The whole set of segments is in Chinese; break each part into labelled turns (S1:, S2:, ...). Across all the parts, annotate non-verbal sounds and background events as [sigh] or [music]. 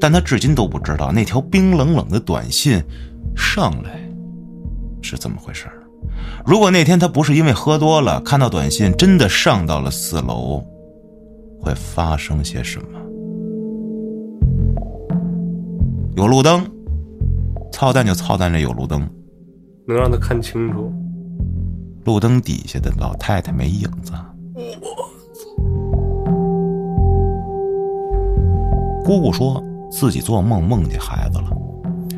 S1: 但他至今都不知道那条冰冷冷的短信上来是怎么回事儿。如果那天他不是因为喝多了看到短信，真的上到了四楼，会发生些什么？有路灯，操蛋就操蛋这有路灯，
S2: 能让他看清楚。
S1: 路灯底下的老太太没影子。姑姑说自己做梦梦见孩子了，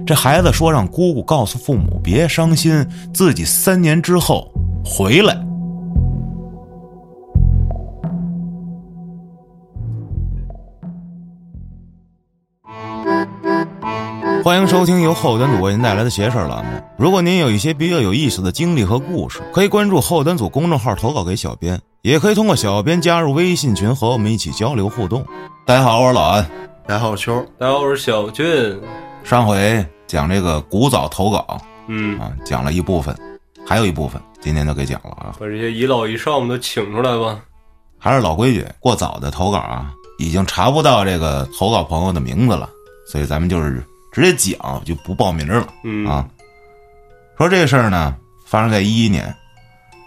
S1: 这孩子说让姑姑告诉父母别伤心，自己三年之后回来。欢迎收听由后端组为您带来的“邪事儿”栏目。如果您有一些比较有意思的经历和故事，可以关注后端组公众号投稿给小编，也可以通过小编加入微信群和我们一起交流互动。大家好，我是老安。
S3: 大家好，我是秋。
S2: 大家好，我是小俊。
S1: 上回讲这个古早投稿
S2: 嗯，
S1: 啊，讲了一部分，还有一部分今天就给讲了啊。
S2: 把这些遗老遗少我们都请出来吧。
S1: 还是老规矩，过早的投稿啊，已经查不到这个投稿朋友的名字了，所以咱们就是直接讲，就不报名了。
S2: 嗯
S1: 啊，说这事儿呢发生在一一年，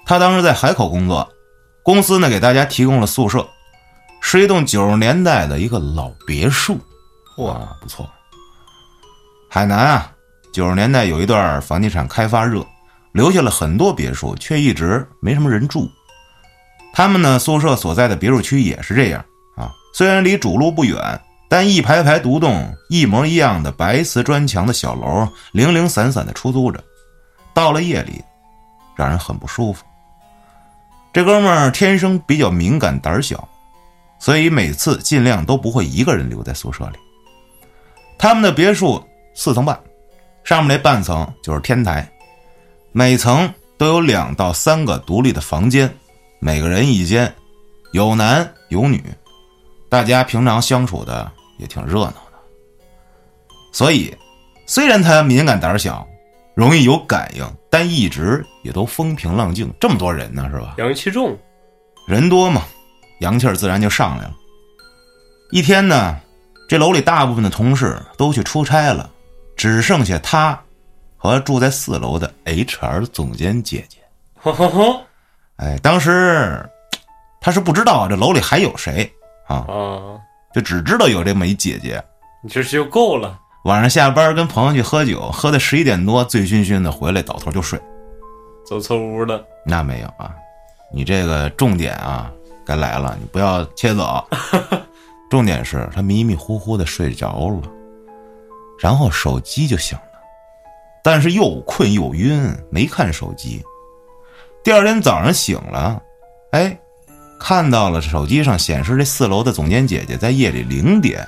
S1: 他当时在海口工作，公司呢给大家提供了宿舍，是一栋九十年代的一个老别墅，哇，不错。海南啊，九十年代有一段房地产开发热，留下了很多别墅，却一直没什么人住。他们呢宿舍所在的别墅区也是这样啊，虽然离主路不远，但一排排独栋、一模一样的白瓷砖墙的小楼，零零散散的出租着。到了夜里，让人很不舒服。这哥们儿天生比较敏感胆小，所以每次尽量都不会一个人留在宿舍里。他们的别墅四层半，上面那半层就是天台，每层都有两到三个独立的房间，每个人一间，有男有女，大家平常相处的也挺热闹的。所以，虽然他敏感胆小，容易有感应，但一直也都风平浪静。这么多人呢，是吧？
S2: 阳气重， [laughs]
S1: 人多嘛，阳气儿自然就上来了。一天呢，这楼里大部分的同事都去出差了，只剩下他和住在四楼的 HR 总监姐姐。
S2: 哈哈哈
S1: 哎，当时他是不知道这楼里还有谁啊，
S2: 啊！
S1: 就只知道有这么一姐姐。
S2: 你这就够了。
S1: 晚上下班跟朋友去喝酒，喝到十一点多，醉醺醺的回来，倒头就睡。
S2: 走错屋了，
S1: 那没有啊，你这个重点啊，该来了，你不要切走。重点是他迷迷糊糊的睡着了，然后手机就响了，但是又困又晕，没看手机。第二天早上醒了，哎，看到了手机上显示这四楼的总监姐姐在夜里零点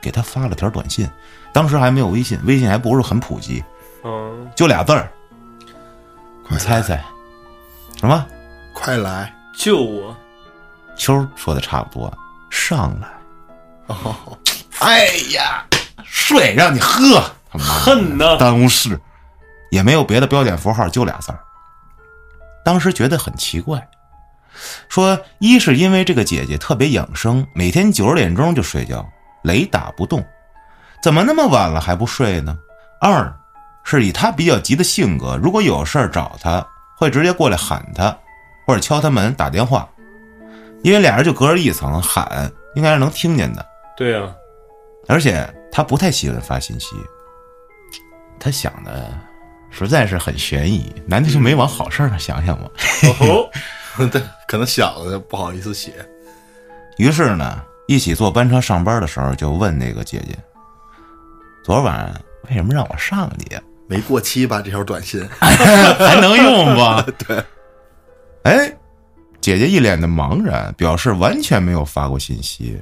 S1: 给他发了条短信，当时还没有微信，微信还不是很普及，
S2: 嗯，
S1: 就俩字儿，
S3: 快
S1: 你
S3: 来
S1: 猜猜，什么？
S3: 快来！
S2: 救我！
S1: 秋儿说的差不多，上来，
S3: 哦，
S1: 哎呀，水让你喝，他妈的
S2: 恨呐！
S1: 耽误事，也没有别的标点符号，就俩字儿。当时觉得很奇怪，说一是因为这个姐姐特别养生，每天九十点钟就睡觉，雷打不动，怎么那么晚了还不睡呢？二是以她比较急的性格，如果有事儿找她，会直接过来喊她，或者敲她门打电话，因为俩人就隔着一层喊，应该是能听见的。
S2: 对 [laughs] 啊，
S1: 而且他不太喜欢发信息，他想的实在是很悬疑，难道就没往好事儿上想想吗？
S2: 哦吼，
S3: [laughs] 对，可能小的不好意思写。
S1: 于是呢，一起坐班车上班的时候，就问那个姐姐：“昨儿晚为什么让我上你？啊
S3: 没过期吧？这条短信，
S1: 还能用吗？”
S3: 对，
S1: 哎，姐姐一脸的茫然，表示完全没有发过信息。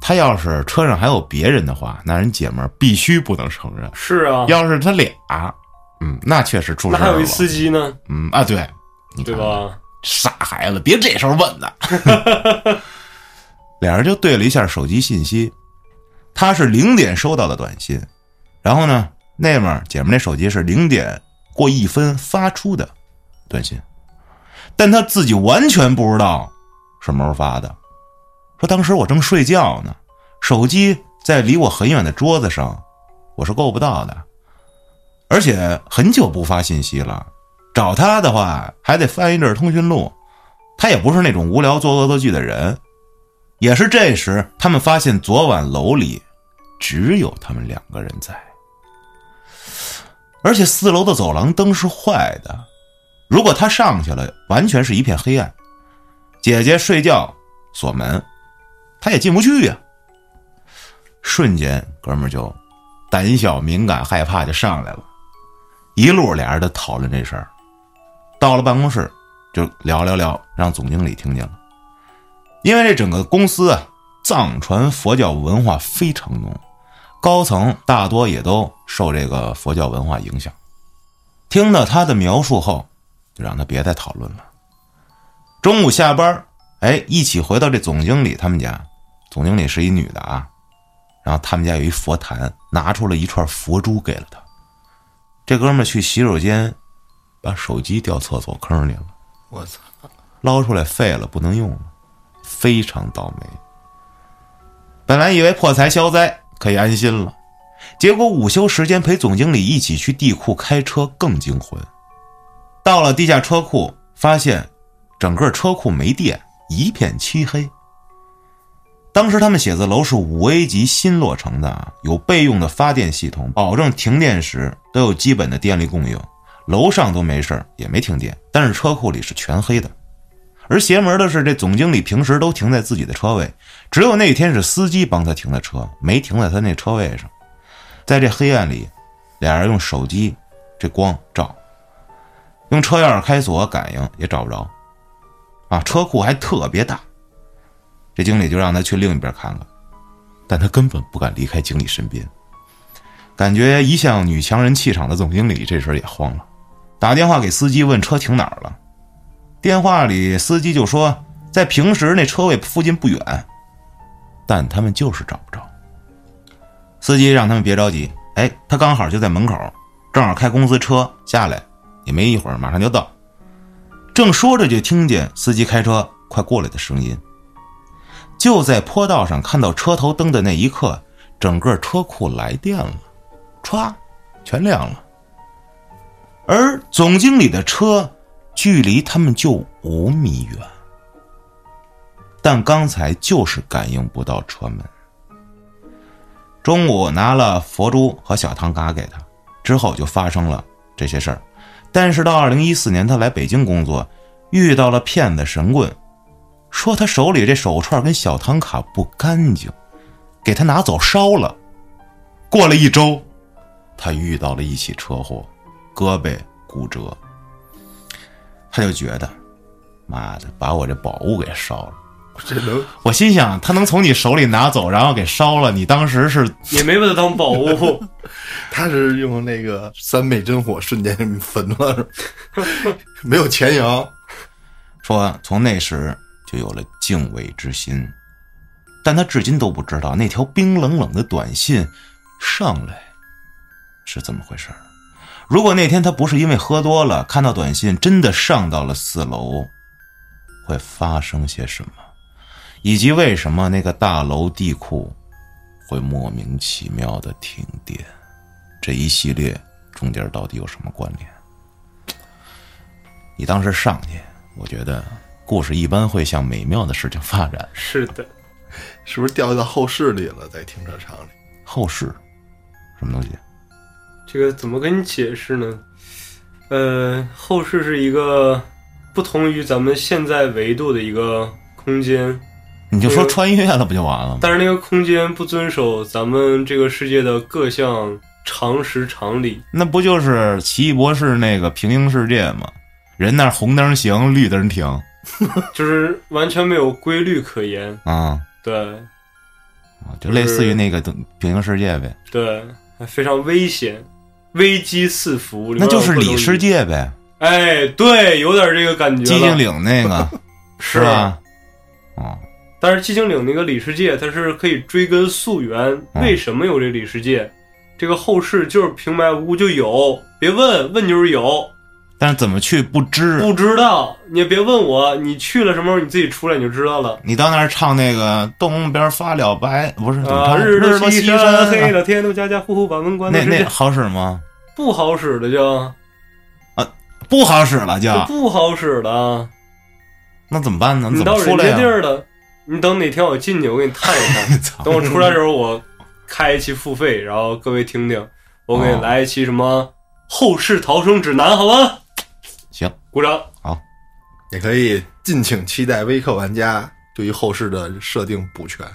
S1: 他要是车上还有别人的话，那人姐们儿必须不能承认。
S2: 是啊，
S1: 要是他俩，嗯，那确实出事
S2: 那
S1: 儿了。
S2: 还有一司机呢，
S1: 嗯啊，对，你
S2: 对
S1: 看
S2: 吧？
S1: 傻孩子，别这时候问呐。 [laughs] 俩人就对了一下手机信息，他是零点收到的短信，然后呢，那面姐们那手机是零点过一分发出的短信，但他自己完全不知道什么时候发的，说当时我正睡觉呢，手机在离我很远的桌子上，我是够不到的，而且很久不发信息了。找他的话，还得翻一阵通讯录。他也不是那种无聊做恶作剧的人。也是这时，他们发现昨晚楼里只有他们两个人在，而且四楼的走廊灯是坏的，如果他上去了，完全是一片黑暗。姐姐睡觉锁门，他也进不去呀、瞬间，哥们儿就胆小、敏感、害怕就上来了，一路俩人都讨论这事儿。到了办公室就聊聊聊，让总经理听见了。因为这整个公司啊，藏传佛教文化非常浓，高层大多也都受这个佛教文化影响。听到他的描述后，就让他别再讨论了。中午下班，哎，一起回到这总经理他们家。总经理是一女的啊，然后他们家有一佛坛，拿出了一串佛珠给了他。这哥们儿去洗手间，把手机掉厕所坑里了。
S3: 我操，
S1: 捞出来废了，不能用了，非常倒霉。本来以为破财消灾可以安心了，结果午休时间陪总经理一起去地库开车更惊魂。到了地下车库，发现整个车库没电，一片漆黑。当时他们写字楼是五 A 级新落成的啊，有备用的发电系统，保证停电时都有基本的电力供应。楼上都没事儿，也没停电，但是车库里是全黑的。而邪门的是，这总经理平时都停在自己的车位，只有那天是司机帮他停的车，没停在他那车位上。在这黑暗里，俩人用手机这光照，用车钥匙开锁感应也找不着。啊，车库还特别大，这经理就让他去另一边看看，但他根本不敢离开经理身边。感觉一向女强人气场的总经理这时候也慌了，打电话给司机问车停哪儿了。电话里司机就说在平时那车位附近不远，但他们就是找不着。司机让他们别着急，哎，他刚好就在门口，正好开公司车下来，也没一会儿马上就到。正说着，就听见司机开车快过来的声音。就在坡道上看到车头灯的那一刻，整个车库来电了，歘，全亮了。而总经理的车距离他们就五米远，但刚才就是感应不到车门。中午拿了佛珠和小糖嘎给他，之后就发生了这些事儿。但是到二零一四年，他来北京工作，遇到了骗子神棍，说他手里这手串跟小唐卡不干净，给他拿走烧了。过了一周，他遇到了一起车祸，胳膊骨折，他就觉得，妈的，把我这宝物给烧了。
S3: 这能
S1: 我心想，他能从你手里拿走，然后给烧了，你当时是
S2: 也没把它当宝物，
S3: 他是用那个三昧真火瞬间焚了， [laughs] 是吧没有前摇，
S1: 说从那时就有了敬畏之心，但他至今都不知道那条冰冷冷的短信上来是怎么回事儿。如果那天他不是因为喝多了看到短信，真的上到了四楼，会发生些什么，以及为什么那个大楼地库会莫名其妙的停电，这一系列中间到底有什么关联？你当时上去，我觉得故事一般会向美妙的事情发展。
S2: [laughs] 是的，
S3: 是不是掉到后室里了？在停车场里，
S1: 后世什么东西？
S2: 这个怎么跟你解释呢？呃，后世是一个不同于咱们现在维度的一个空间，
S1: 你就说穿越了不就完了吗？
S2: 但是那个空间不遵守咱们这个世界的各项常识常理，
S1: 那不就是《奇异博士》那个平行世界吗？人那儿红灯行，绿灯停
S2: 就是完全没有规律可言。
S1: 啊、
S2: 对
S1: 就类似于那个等平行世界呗，
S2: 对，非常危险，危机四伏。里面
S1: 那就是
S2: 有各种
S1: 里世界呗，
S2: 哎，对，有点这个感觉了。
S1: 寂静岭那个
S2: 是
S1: 是 [laughs] 吧？哦，
S2: 但是寂静岭那个里世界，它是可以追根溯源，
S1: 嗯
S2: 为什么有这里世界？这个后世就是平白无故就有，别问，问就是有。
S1: 但是怎么去不知。
S2: 不知道，你也别问我，你去了什么时候，你自己出来你就知道了。
S1: 你到那儿唱那个东边发了白，不是怎么
S2: 啊，
S1: 唱？嗯
S2: 日
S1: 落
S2: 落
S1: 西
S2: 西
S1: 山
S2: 山黑
S1: 啊
S2: 了天，都家家户户把门关的
S1: 那
S2: 是
S1: 那
S2: 这
S1: 好使吗？
S2: 不好使的就
S1: 不好使了就，
S2: 这不好使的。啊
S1: 那怎么办呢？
S2: 你
S1: 啊怎
S2: 到
S1: 么
S2: 人
S1: 出来啊
S2: 家地
S1: 呀？
S2: 儿了，你等哪天我进去，我给你探一
S1: [laughs]
S2: 探。
S1: 操
S2: 等我出来的时候，我开一期付费，然后各位听听，我
S1: 哦
S2: 给你来一期什么后世逃生指南，好吗？
S1: 行，
S2: 鼓掌。
S3: 也可以敬请期待微客玩家对于后世的设定补全，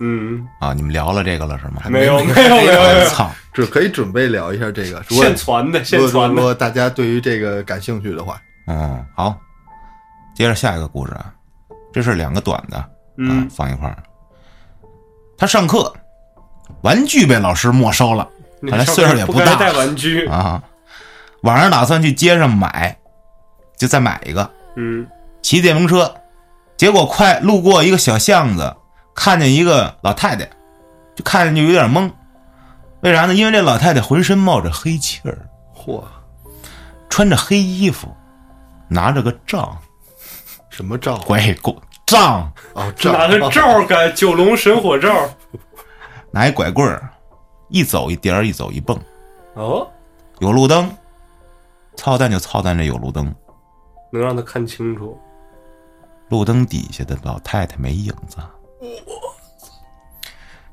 S2: 嗯，
S1: 啊，你们聊了这个了是吗？
S3: 还
S2: 没有
S3: 没
S2: 没有没
S1: [laughs]
S2: 有
S1: 我操，
S3: 只可以准备聊一下这个。如果
S2: 现传的，
S3: 如
S2: 现
S3: 果如果
S2: 传
S3: 如
S2: 的。
S3: 果大家对于这个感兴趣的话，
S1: 嗯，好，接着下一个故事啊，这是两个短的，啊
S2: 嗯，
S1: 放一块儿。他上课，玩具被老师没收了
S2: 你
S1: 看来
S2: 上
S1: 岁数
S2: 课
S1: 也
S2: 不
S1: 不
S2: 该
S1: 大
S2: 带
S1: [laughs]
S2: 玩具。
S1: 啊，晚上打算去街上买，就再买一个。
S2: 嗯，
S1: 骑电动车，结果快路过一个小巷子，看见一个老太太，就看着就有点懵，为啥呢？因为这老太太浑身冒着黑气儿，
S3: 嚯，
S1: 穿着黑衣服，拿着个杖，
S3: 什么照？
S1: 拐棍杖，
S3: 哦，照
S2: 拿
S1: [laughs]
S2: 个罩
S3: [laughs]
S2: 儿干，九龙神火罩儿。
S1: 拿一拐棍儿，一走一颠儿，一走一蹦，
S2: 哦，
S1: 有路灯，操蛋就操蛋这有路灯，
S2: 能让他看清楚。
S1: 路灯底下的老太太没影子。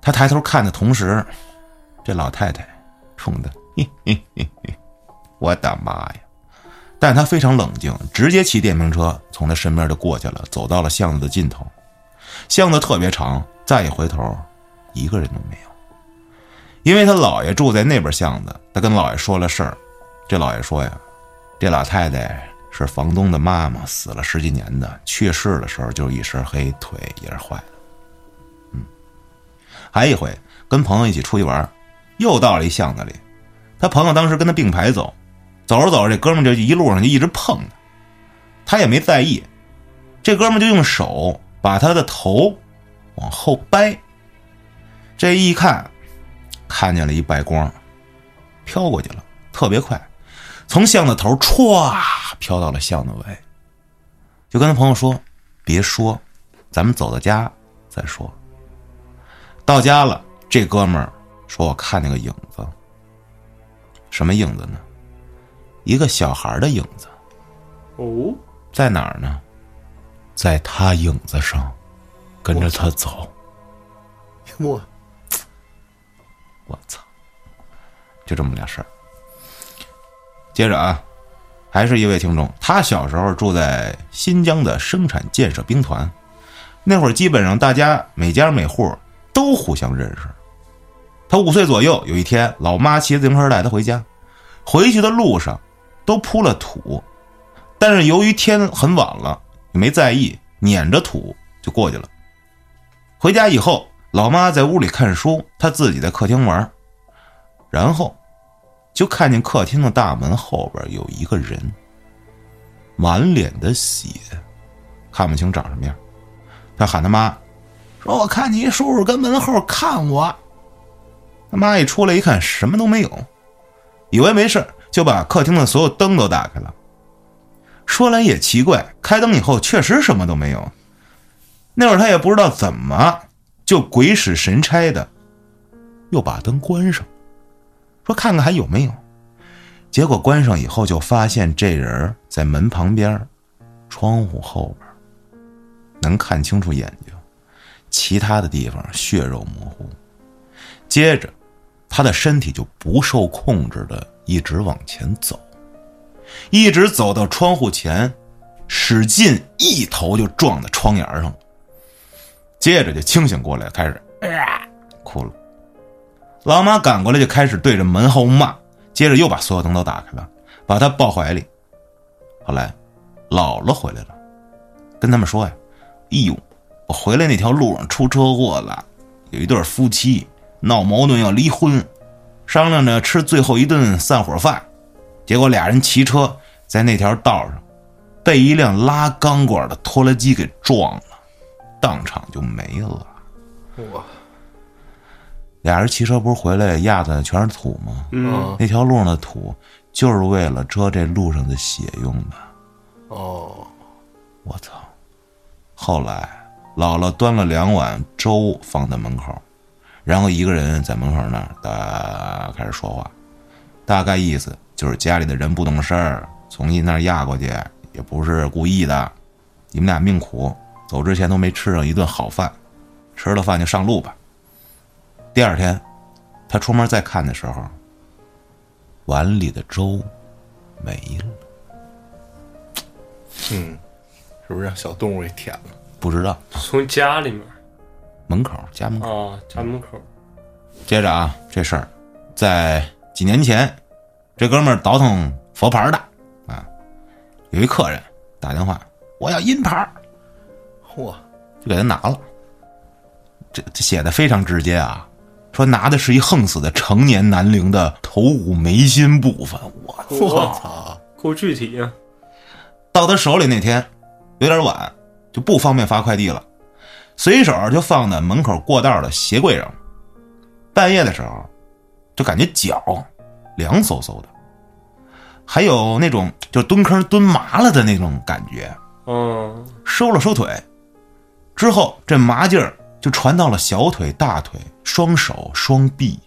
S1: 他抬头看的同时，这老太太冲他，嘿嘿嘿嘿，我的妈呀！但他非常冷静，直接骑电瓶车从他身边就过去了，走到了巷子的尽头。巷子特别长，再一回头，一个人都没有。因为他姥爷住在那边巷子，他跟姥爷说了事儿。这姥爷说呀，这老太太是房东的妈妈，死了十几年的，去世的时候就一身黑，腿也是坏的。嗯，还一回跟朋友一起出去玩，又到了一巷子里，他朋友当时跟他并排走，走着走着，这哥们儿就一路上就一直碰他，他也没在意，这哥们儿就用手把他的头往后掰，这一看，看见了一白光，飘过去了，特别快。从巷子头歘飘到了巷子尾，就跟他朋友说：“别说，咱们走到家再说。”到家了，这哥们儿说：“我看见个影子，什么影子呢？一个小孩的影子，
S2: 哦，
S1: 在哪儿呢？在他影子上，跟着他走。
S3: 我
S1: 我操，就这么俩事儿。接着啊，还是一位听众，他小时候住在新疆的生产建设兵团，那会儿基本上大家每家每户都互相认识。他五岁左右，有一天，老妈骑自行车带他回家，回去的路上都铺了土，但是由于天很晚了，也没在意，撵着土就过去了。回家以后，老妈在屋里看书，她自己在客厅玩儿，然后就看见客厅的大门后边有一个人，满脸的血，看不清长什么样。她喊他妈，说：“我看你叔叔跟门后看我。”他妈一出来一看，什么都没有，以为没事儿就把客厅的所有灯都打开了。说来也奇怪，开灯以后确实什么都没有，那会儿他也不知道怎么就鬼使神差的又把灯关上，说看看还有没有。结果关上以后就发现这人儿在门旁边儿、窗户后边儿，能看清楚眼睛，其他的地方血肉模糊。接着，他的身体就不受控制的一直往前走，一直走到窗户前，使劲一头就撞在窗沿上了。接着就清醒过来，开始、啊、哭了。老妈赶过来就开始对着门后骂，接着又把所有灯都打开了，把他抱怀里。后来，姥姥哎回来了，跟他们说呀：“哎呦，我回来那条路上出车祸了，有一对夫妻闹矛盾要离婚，商量着吃最后一顿散伙饭，结果俩人骑车在那条道上，被一辆拉钢管的拖拉机给撞了。”当场就没了。
S3: 我
S1: 俩人骑车不是回来压的全是土吗？
S2: 嗯，
S3: 嗯
S1: 那条路上的土就是为了遮这路上的血用的。
S3: 哦，
S1: 我操！后来姥姥端了两碗粥放在门口，然后一个人在门口那儿哒开始说话，大概意思就是家里的人不懂事儿，从你那儿压过去也不是故意的，你们俩命苦，走之前都没吃上一顿好饭，吃了饭就上路吧。第二天，他出门再看的时候，碗里的粥没了。
S3: 嗯，是不是让小动物给舔了？
S1: 不知道
S2: 从家里面
S1: 门口家门口。
S2: 啊，家门口
S1: 接着啊，这事儿在几年前，这哥们儿倒腾佛牌的啊，有一客人打电话，我要阴牌儿，
S3: 嚯，
S1: 就给他拿了。这这写的非常直接啊，说拿的是一横死的成年男灵的头骨眉心部分。我
S3: 我操！
S2: 够具体啊，
S1: 到他手里那天有点晚，就不方便发快递了，随手就放在门口过道的鞋柜上。半夜的时候，就感觉脚凉飕飕的，还有那种就蹲坑蹲麻了的那种感觉，
S2: 嗯，
S1: 收了收腿。之后这麻劲儿就传到了小腿、大腿、双手、双臂，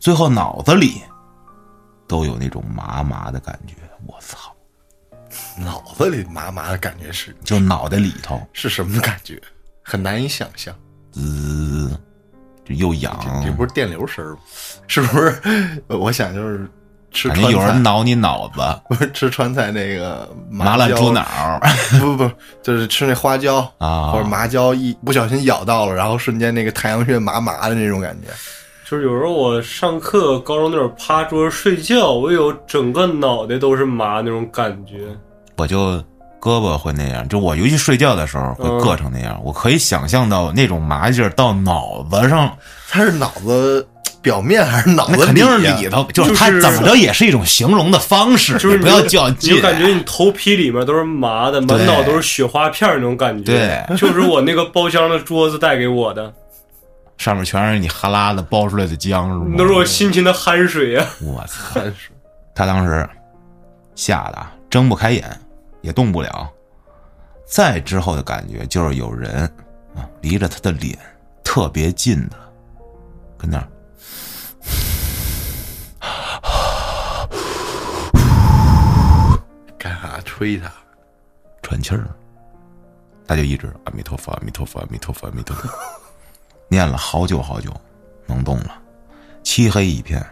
S1: 最后脑子里都有那种麻麻的感觉。我操！
S3: 脑子里麻麻的感觉是
S1: 就脑袋里头。
S3: 是什么感觉？很难以想象。
S1: 滋，呃就又痒，
S3: 这不是电流声吗？ [laughs] 是不是？我想就是吃
S1: 感
S3: 川
S1: 觉有人
S3: 菜，
S1: 挠你脑子，
S3: 不是 [laughs] 吃川菜那个
S1: 麻辣
S3: 椒
S1: 猪脑
S2: [laughs]
S1: 儿
S3: [laughs] 不不不，就是吃那花椒
S1: 啊
S3: 或者麻椒，一不小心咬到了，然后瞬间那个太阳穴麻麻的那种感觉。
S2: 就是有时候我上课，高中那会儿趴桌睡觉，我有整个脑袋都是麻那种感
S1: [laughs]
S2: 觉，
S1: 我就胳膊会那样，就我尤其睡觉的时候会
S2: 嗯
S1: 硌成那样，我可以想象到那种麻劲儿到脑子上，
S3: 它是脑子表面还是脑
S1: 那
S3: 子
S1: 肯定是
S3: 呀
S1: 里头，就是
S2: 就
S1: 它
S2: 是
S1: 怎么着也是一种形容的方式，
S2: 就是
S1: 你
S2: 你
S1: 不要较
S2: 你
S1: 劲
S2: 就，感觉你头皮里面都是麻的，
S1: 对
S2: 满脑都是雪花片儿那种感觉，
S1: 对，
S2: [laughs] 就是我那个包厢的桌子带给我的，
S1: 上面全是你哈拉的包出来的浆，是吗？
S2: 那是我辛勤的酣水啊， [laughs]
S1: 我操！
S3: 汗水。
S1: 他当时吓得啊睁不开眼，也动不了。再之后的感觉就是有人啊，离着他的脸特别近的，跟那儿。
S3: [laughs] 干啥吹它？
S1: 喘气儿，他就一直阿弥陀佛，阿弥陀佛，阿弥陀佛，阿弥陀佛，念了好久好久，能动了，漆黑一片。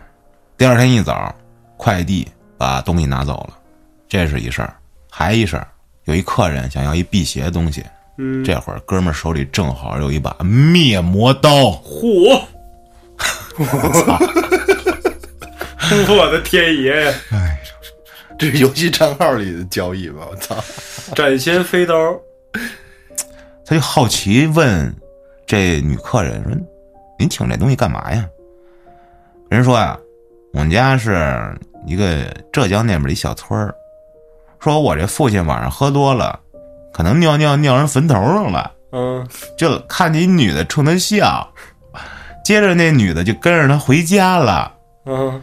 S1: 第二天一早，快递把东西拿走了，这是一事儿，还一事儿，有一客人想要一辟邪的东西，
S2: 嗯，
S1: 这会儿哥们儿手里正好有一把灭魔刀，
S2: 嚯，我的天爷呀！
S3: 这是游戏账号里的交易吧？我操！
S2: 斩仙飞刀，
S1: 他就好奇问这女客人说：“您请这东西干嘛呀？”人说呀、我们家是一个浙江那边的一小村儿，说我这父亲晚上喝多了，可能尿尿尿人坟头上了，
S2: 嗯，
S1: 就看见一女的冲他笑，接着那女的就跟着他回家了。
S2: 嗯，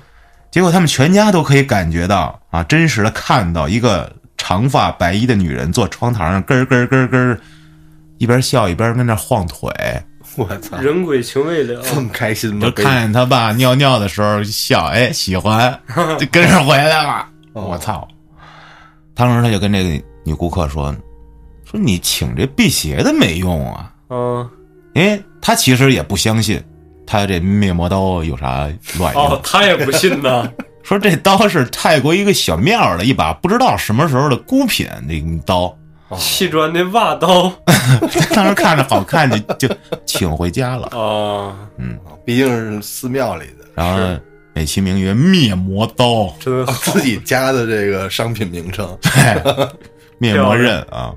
S1: 结果他们全家都可以感觉到啊，真实的看到一个长发白衣的女人坐窗台上咯儿咯儿咯儿咯儿，一边笑一边跟那晃腿。
S3: 我操！
S2: 人鬼情未了，
S3: 这么开心
S1: 你
S3: 吗
S1: 就？看见他爸尿尿的时候笑，哎，喜欢，就跟着回来了。
S3: 哦
S1: 我操！当时他就跟这个女顾客说：“说你请这辟邪的没用啊，
S2: 嗯，
S1: 因为他其实也不相信他这灭魔刀有啥卵用。
S2: 哦，他也不信呐，
S1: 说这刀是泰国一个小庙儿的一把不知道什么时候的孤品那个刀， [laughs]
S2: 砌砖那瓦刀
S1: 当时看着好看就就请回家了。
S2: 啊，
S3: 哦毕竟是寺庙里的，
S1: 然后美其名曰灭魔刀，
S2: 真好，
S3: 自己家的这个商品名称。
S1: 对，灭魔刃啊！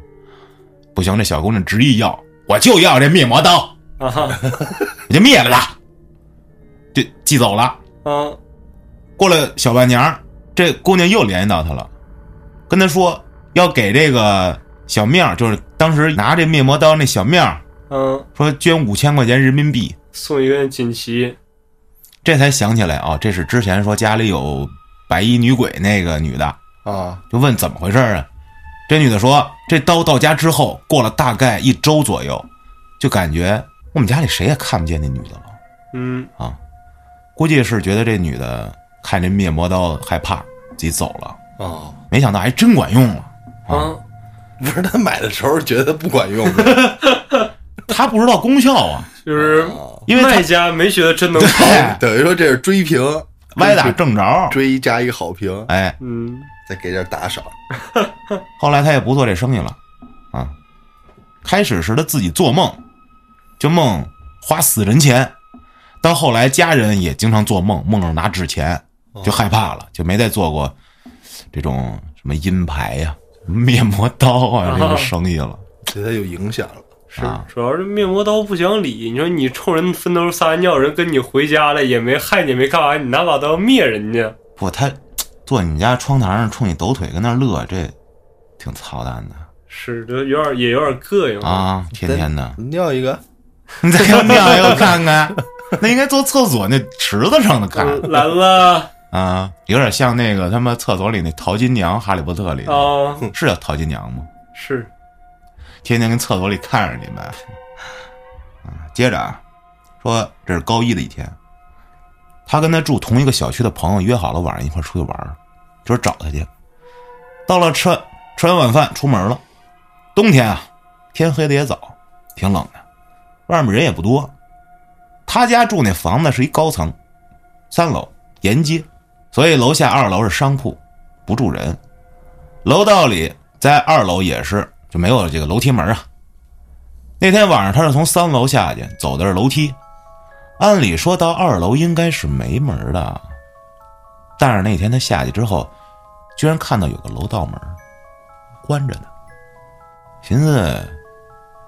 S1: 不行，这小姑娘执意要，我就要这灭魔刀，
S2: 啊哈
S1: 我就灭了她，就寄走了。
S2: 啊，
S1: 过了小半年儿，这姑娘又联系到他了，跟他说要给这个小庙儿，就是当时拿这灭魔刀那小庙儿，
S2: 嗯，
S1: 说捐五千块钱人民币，
S2: 送一根锦旗，
S1: 哦这才想起来啊，这是之前说家里有白衣女鬼那个女的，
S3: 啊，
S1: 就问怎么回事儿啊？这女的说，这刀到家之后，过了大概一周左右，就感觉我们家里谁也看不见那女的了，
S2: 嗯
S1: 估计是觉得这女的看这灭魔刀害怕，自己走了。
S3: 哦，
S1: 没想到还真管用了。
S2: 啊，
S1: 哦
S3: 不是他买的时候觉得不管用，
S1: 他不知道功效啊，
S2: 就是
S3: 哦
S1: 因为他 [laughs]
S2: 卖家没觉得真能跑，
S1: 对
S3: 等于说这是追评，
S1: 歪打正着。
S3: 追加一个好评，
S1: 哎，
S2: 嗯，
S3: 再给点打赏。
S1: 后来他也不做这生意了，啊，开始时他自己做梦，就梦花死人钱，到后来家人也经常做梦，梦着拿纸钱，就害怕了，就没再做过这种什么阴牌呀、面膜刀啊这种生意了。
S3: 对他有影响了。
S2: 是
S1: 啊，
S2: 主要是面膜刀不讲理。你说你冲人坟头撒尿，人跟你回家了也没害你，没干嘛，你拿把刀灭人家，
S1: 不，他坐你们家窗台上冲你抖腿跟那儿乐，这挺操蛋的
S2: 是这有点也有点膈应。
S1: 啊，天天的。
S3: 尿一个，
S1: 你再给我尿一个看看，那应该坐厕所那池子上的看
S2: 嗯来了
S1: [laughs] 啊，有点像那个他妈厕所里那淘金娘，《哈利波特》里的
S2: 啊，
S1: 是叫淘金娘吗？
S2: 是
S1: 天天跟厕所里看着你们。啊，接着啊，说这是高一的一天，他跟他住同一个小区的朋友约好了晚上一块儿出去玩儿，就是找他去。到了吃完吃完晚饭出门了，冬天啊，天黑的也早，挺冷的，外面人也不多。他家住那房子是一高层，三楼沿街，所以楼下二楼是商铺，不住人。楼道里在二楼也是就没有这个楼梯门啊。那天晚上他是从三楼下去，走的是楼梯，按理说到二楼应该是没门的，啊但是那天他下去之后，居然看到有个楼道门关着呢，寻思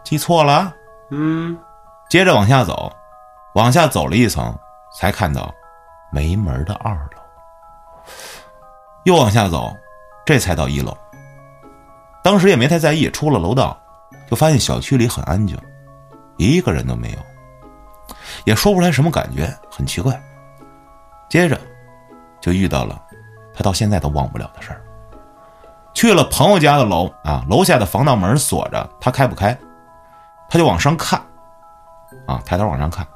S1: 记错了。啊
S2: 嗯，
S1: 接着往下走，往下走了一层，才看到没门的二楼。又往下走，这才到一楼。当时也没太在意，出了楼道，就发现小区里很安静，一个人都没有，也说不出来什么感觉，很奇怪。接着就遇到了他到现在都忘不了的事儿。去了朋友家的楼啊，楼下的防盗门锁着，他开不开，他就往上看，啊，抬头往上看，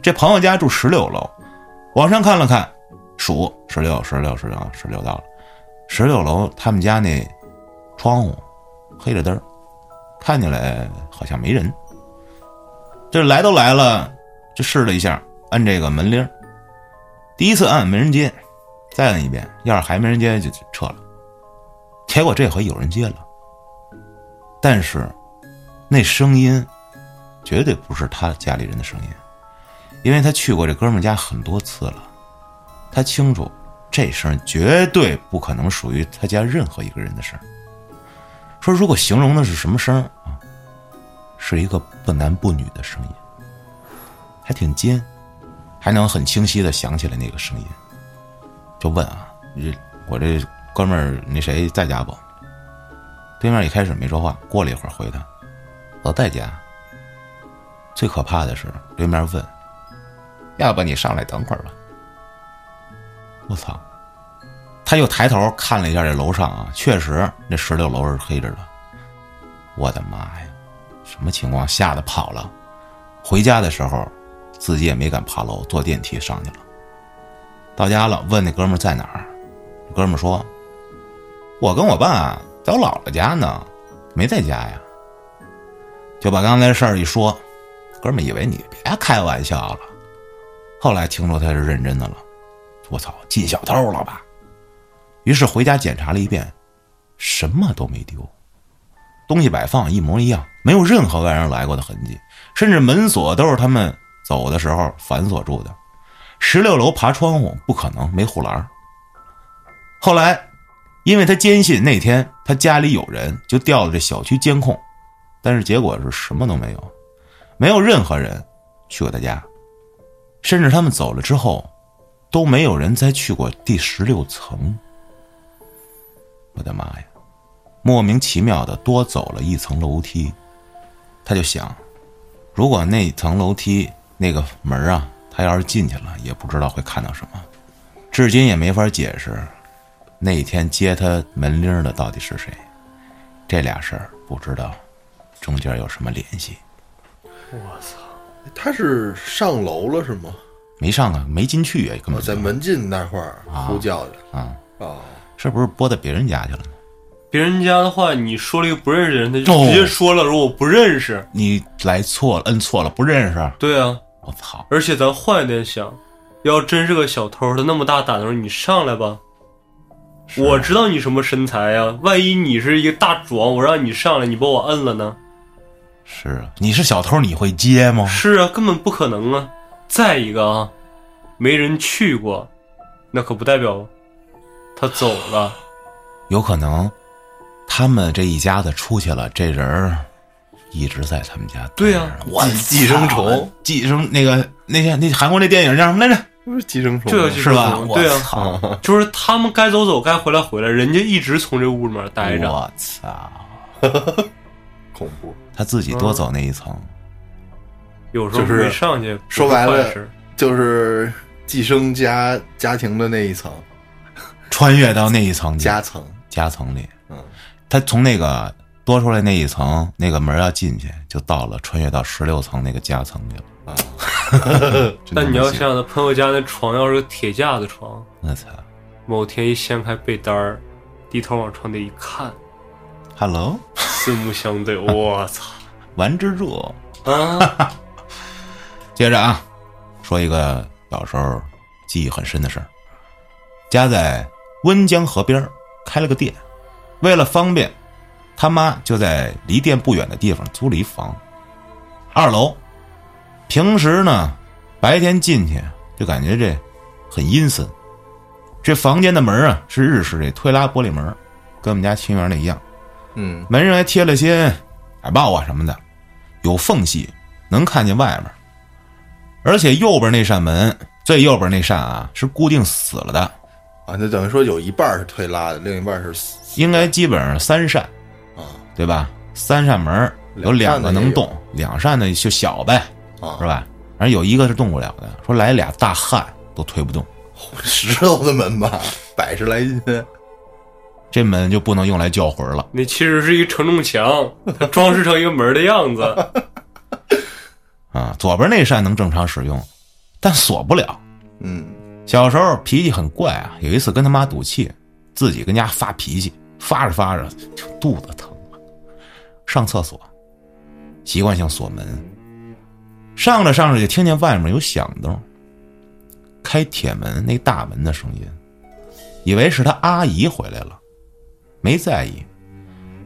S1: 这朋友家住十六楼，往上看了看，数十六、十六、十六、十六到了，十六楼他们家那窗户黑着灯儿，看起来好像没人。这来都来了，就试了一下，按这个门铃儿，第一次按没人接，再按一遍，要是还没人接就就撤了。结果这回有人接了，但是那声音绝对不是他家里人的声音，因为他去过这哥们儿家很多次了，他清楚这声儿绝对不可能属于他家任何一个人的声儿。说如果形容的是什么声儿啊，是一个不男不女的声音，还挺尖，还能很清晰的想起来那个声音，就问啊，这我这哥们儿那谁在家不？对面一开始没说话，过了一会儿回他，我在家。最可怕的是，对面问：“要不你上来等会儿吧？”我操！他又抬头看了一下这楼上啊，确实那十六楼是黑着的。我的妈呀！什么情况？吓得跑了。回家的时候，自己也没敢爬楼，坐电梯上去了。到家了，问那哥们儿在哪儿，哥们儿说：“我跟我爸在我姥姥家呢，没在家呀。”就把刚才的事儿一说，哥们儿以为你别开玩笑了，后来听说他是认真的了，我操，进小偷了吧？于是回家检查了一遍，什么都没丢，东西摆放一模一样，没有任何外人来过的痕迹，甚至门锁都是他们走的时候反锁住的。十六楼爬窗户不可能，没护栏儿。后来，因为他坚信那天他家里有人，就调了这小区监控，但是结果是什么都没有。没有任何人去过他家，甚至他们走了之后，都没有人再去过第十六层。我的妈呀！莫名其妙的多走了一层楼梯，他就想，如果那层楼梯那个门啊，他要是进去了，也不知道会看到什么。至今也没法解释那天接他门铃儿的到底是谁？这俩事儿不知道中间有什么联系。
S2: 我操！
S3: 哎他是上楼了是吗？
S1: 没上啊，没进去啊，根
S3: 哦
S1: 本
S3: 在
S1: 就
S3: 门禁那块儿呼叫的
S1: 啊，
S3: 哦，
S1: 是不是拨到别人家去了呢？
S2: 别人家的话，你说了一个不认识的人，他
S1: 哦
S2: 就直接说了，说我不认识。
S1: 你来错了，摁错了，不认识。
S2: 对啊，
S1: 我操！
S2: 而且咱换一点想，要真是个小偷，他那么大胆的时候，你上来吧。
S3: 啊
S2: 我知道你什么身材呀、万一你是一个大壮，我让你上来，你把我摁了
S3: [laughs]
S2: 呢？
S1: 是啊，你是小偷，你会接吗？
S2: 是啊，根本不可能啊！再一个啊，没人去过，那可不代表他走
S3: [laughs]
S2: 了。
S1: 有可能，他们这一家子出去了，这人儿一直在他们家。
S2: 对啊呀
S1: 我操
S3: 寄生虫，
S1: 寄生那个那些那韩国那电影叫什么来着？
S3: 不是寄生虫
S2: 这
S3: 吗
S2: 个寄
S1: 是
S2: 生
S1: 吧？
S2: 虫对
S1: 我
S2: 啊
S1: 操！
S2: 就是他们该走走，该回来回来，人家一直从这屋里面待着。
S1: 我操！
S3: 嗯恐怖。
S1: 他自己多走那一层，
S2: 有时候
S3: 就是
S2: 没上去，不是
S3: 说白了
S2: 坏事
S3: 就是寄生家家庭的那一层
S1: 穿越到那一层去
S3: 夹层，
S1: 夹层里。
S3: 嗯，
S1: 他从那个多出来那一层那个门要进去，就到了穿越到十六层那个夹层去了。真
S2: 但你要
S1: 他妈信，
S2: 想想，他朋友家那床要是个铁架子床，
S1: 我操
S2: 某天一掀开被单儿，低头往床底一看，
S1: ，Hello，
S2: 四目
S1: [laughs]
S2: 相对，我操
S1: 丸之助。
S2: 啊！
S1: 接着啊，说一个小时候记忆很深的事儿。家在温江河边儿开了个店，为了方便，他妈就在离店不远的地方租了一房，二楼。平时呢，白天进去就感觉这很阴森。这房间的门啊是日式这推拉玻璃门，跟我们家青园那一样。
S3: 嗯，
S1: 门上还贴了些海报啊什么的，有缝隙能看见外面。而且右边那扇门，最右边那扇啊是固定死了的，
S3: 啊，那等于说有一半儿是推拉的，另一半儿是死
S1: 应该基本上三扇，
S3: 啊
S1: 对吧？三扇门有两个能动，两扇的就小呗，是
S3: 啊，
S1: 吧？反正有一个是动不了的。说来俩大汉都推不动，
S3: 石头的门吧， [laughs] 百十来斤，
S1: 这门就不能用来叫魂了。
S2: 那其实是一个承重墙，它装饰成一个门的
S1: [laughs]
S2: 样子。
S1: 啊，左边那扇能正常使用，但锁不了。
S3: 嗯，
S1: 小时候脾气很怪啊，有一次跟他妈赌气，自己跟家发脾气，发着发着就肚子疼了，上厕所，习惯性锁门，上着上着就听见外面有响动，开铁门那大门的声音，以为是他阿姨回来了，没在意，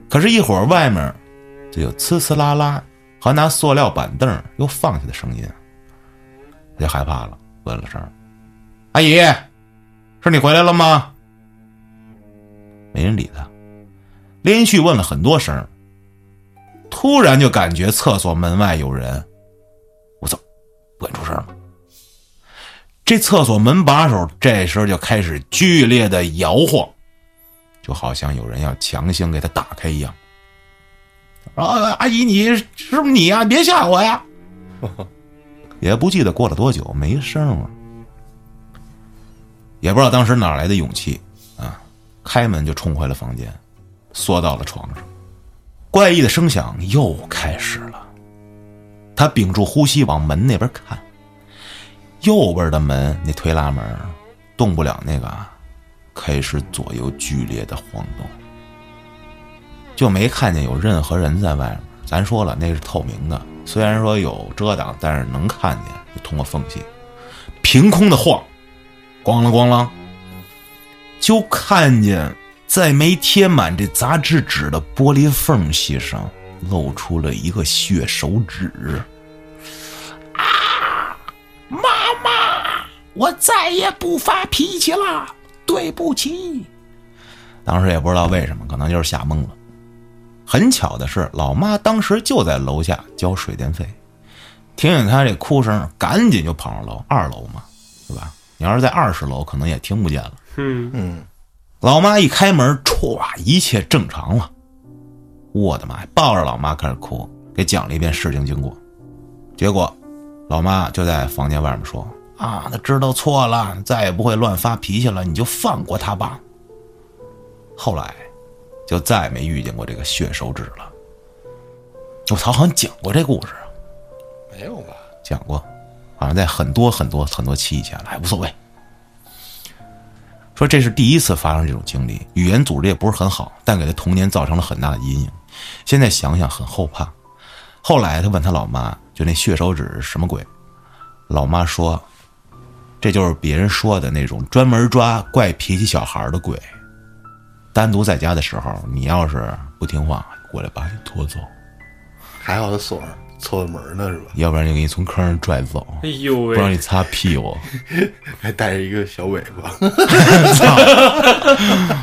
S1: 可是，一会儿外面就有呲呲啦啦和拿塑料板凳又放下的声音，他就害怕了，问了声。阿姨，是你回来了吗？没人理他，连续问了很多声儿，突然就感觉厕所门外有人。我操，不敢出声了。这厕所门把手这时候就开始剧烈的摇晃，就好像有人要强行给他打开一样。啊，阿姨，你是不是你呀、别吓我呀！ [laughs] 也不记得过了多久，没声了。也不知道当时哪来的勇气啊，开门就冲回了房间，缩到了床上。怪异的声响又开始了。他屏住呼吸往门那边看，右边的门那推拉门动不了，那个啊开始左右剧烈的晃动，就没看见有任何人在外面。咱说了，那是透明的，虽然说有遮挡，但是能看见，就通过缝隙，凭空的晃。咣啷咣啷，就看见在没贴满这杂志纸的玻璃缝隙上露出了一个血手指。啊！妈妈，我再也不发脾气了，对不起。当时也不知道为什么，可能就是吓懵了。很巧的是，老妈当时就在楼下交水电费，听见他这哭声，赶紧就跑上楼，二楼嘛，是吧？你要是在二十楼，可能也听不见了。
S2: 嗯，
S3: 嗯，
S1: 老妈一开门，歘，一切正常了。我的妈呀！抱着老妈开始哭，给讲了一遍事情经过。结果，老妈就在房间外面说：“啊，他知道错了，再也不会乱发脾气了，你就放过他吧。”后来就再没遇见过这个血手指了。我操，好像讲过这故事啊，
S3: 没有吧？
S1: 讲过，好像在很多很多很多期以前了，哎，无所谓。说这是第一次发生这种经历，语言组织也不是很好，但给他童年造成了很大的阴影。现在想想很后怕。后来他问他老妈，就那血手指是什么鬼？老妈说，这就是别人说的那种专门抓怪脾气小孩的鬼。单独在家的时候，你要是不听话，过来把你拖走，
S3: 还好他锁上，错门呢是吧？ [laughs]
S1: 要不然就给你从坑上拽走，
S2: 哎呦
S1: 不让
S2: 喂，
S1: 你擦屁股。
S3: 还带着一个小尾巴， [laughs]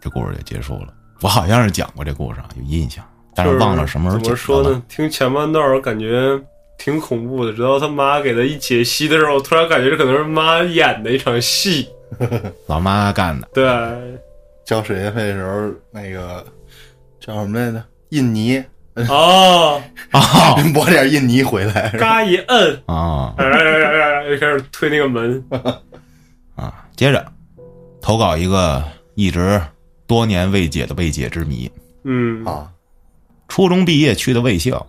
S1: 这故事就结束了。我好像是讲过这故事啊，有印象，但是忘了什么时候
S2: 怎
S1: 讲
S2: 么说
S1: 的了。
S2: 呢？听前半段儿感觉挺恐怖的，直到他妈给他一解析的时候，我突然感觉这可能是妈演的一场戏。
S1: 老妈干的， [laughs]
S2: 对，
S3: 交水电费的时候，那个叫什么来着？印尼，
S2: 哦，
S3: [laughs] 抹点印尼回来，
S2: 嘎一摁，
S1: 啊
S2: 哎哎哎哎哎，就开始推那个门。
S1: 啊！接着投稿一个一直多年未解的未解之谜。
S2: 嗯，
S3: [laughs] 啊，
S1: 初中毕业去的卫校，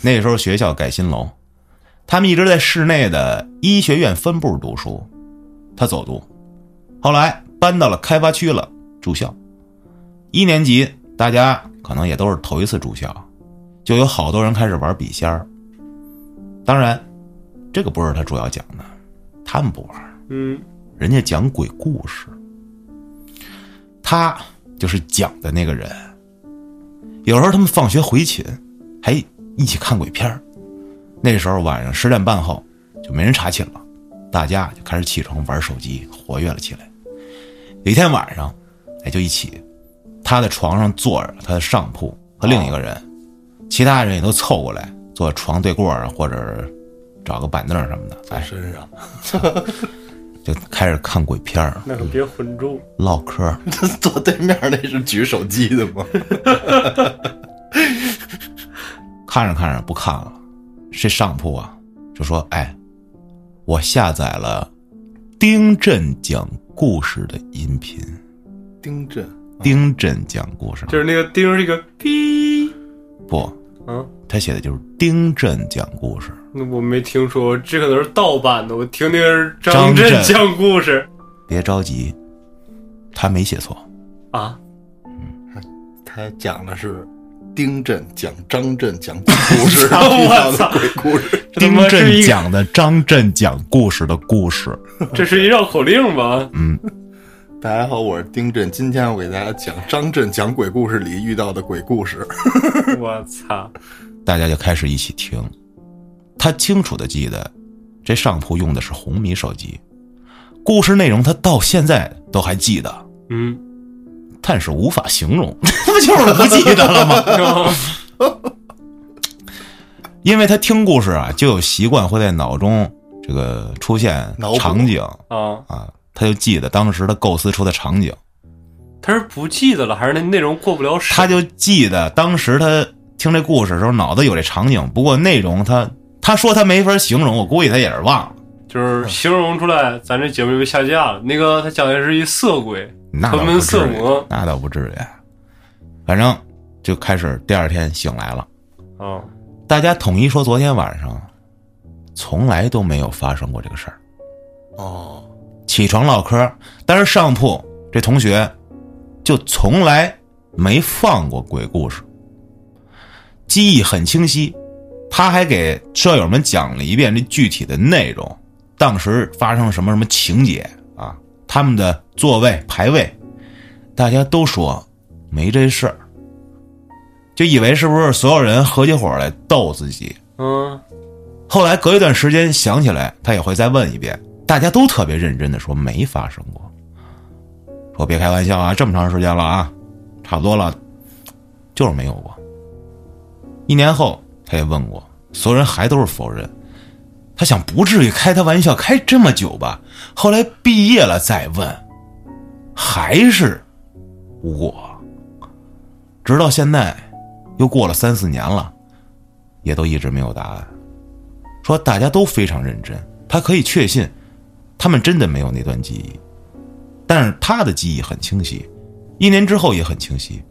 S1: 那时候学校盖新楼，他们一直在市内的医学院分部读书，他走读，后来搬到了开发区了，住校。一年级大家可能也都是头一次住校，就有好多人开始玩笔仙儿。当然，这个不是他主要讲的，他们不玩。
S2: 嗯，
S1: 人家讲鬼故事，他就是讲的那个人。有时候他们放学回寝，还一起看鬼片儿。那时候晚上十点半后就没人查寝了，大家就开始起床玩手机，活跃了起来。有一天晚上，哎，就一起，他的床上坐着他的上铺和另一个人，其他人也都凑过来坐床对过儿啊或者找个板凳什么的，哎，
S3: 身上 [laughs]
S1: 就开始看鬼片儿。
S2: 那可别混住。
S1: 唠嗑儿，
S3: 他坐对面那是举手机的吗？ [laughs]
S1: 看着看着不看了，这上铺啊就说：“哎，我下载了丁震讲故事的音频，
S3: 丁震，
S1: 丁震讲故事
S2: 就是那个钉儿这个哔，
S1: 不，
S2: 啊，
S1: 他写的就是丁震讲故事。
S2: 那我没听说，这可能是盗版的。我听那是
S1: 张震
S2: 震讲故事
S1: 别着急，他没写错，
S2: 啊，
S3: 他讲的是丁震讲张震讲鬼故 [laughs] 事，遇到的鬼故事，
S2: 这他
S1: 丁
S2: 妈是
S1: 震
S2: 一
S1: 讲的张震讲故事的故事。
S2: 这是一绕口令吧？
S3: 大家好，我是丁震，今天我给大家讲张震讲鬼故事里遇到的鬼故事。
S2: 我操！
S1: 大家就开始一起听。他清楚的记得，这上铺用的是红米手机，故事内容他到现在都还记得。”
S2: 嗯， [laughs]
S1: 但是无法形容，不就是不记得了
S2: [laughs]
S1: 吗？因为他听故事啊，就有习惯会在脑中这个出现
S3: 脑补
S1: 场景
S2: 啊，
S1: 啊，他就记得当时他构思出的场景，
S2: 他是不记得了，还是那内容过不了审？
S1: 他就记得当时他听这故事的时候脑子有这场景，不过内容他他说他没法形容，我估计他也是忘了。
S2: 就是形容出来，咱这节目就被下架了。那个他讲的是一色鬼，
S1: 那倒
S2: 横
S1: 不
S2: 门
S1: 至
S2: 色
S1: 于
S2: 魔，
S1: 那倒不至于。反正就开始第二天醒来了，
S2: 啊，
S1: 大家统一说昨天晚上从来都没有发生过这个事儿。
S3: 哦，
S1: 起床唠嗑，但是上铺这同学就从来没放过鬼故事，记忆很清晰。他还给舍友们讲了一遍这具体的内容，当时发生什么什么情节啊，他们的座位排位，大家都说没这事儿，就以为是不是所有人合起伙来逗自己，
S2: 嗯，
S1: 后来隔一段时间想起来，他也会再问一遍。大家都特别认真的说没发生过，说别开玩笑啊，这么长时间了啊，差不多了，就是没有过。一年后他也问过，所有人还都是否认。他想不至于开他玩笑开这么久吧？后来毕业了再问，还是我。直到现在，又过了三四年了，也都一直没有答案。说大家都非常认真，他可以确信，他们真的没有那段记忆，但是他的记忆很清晰，一年之后也很清晰，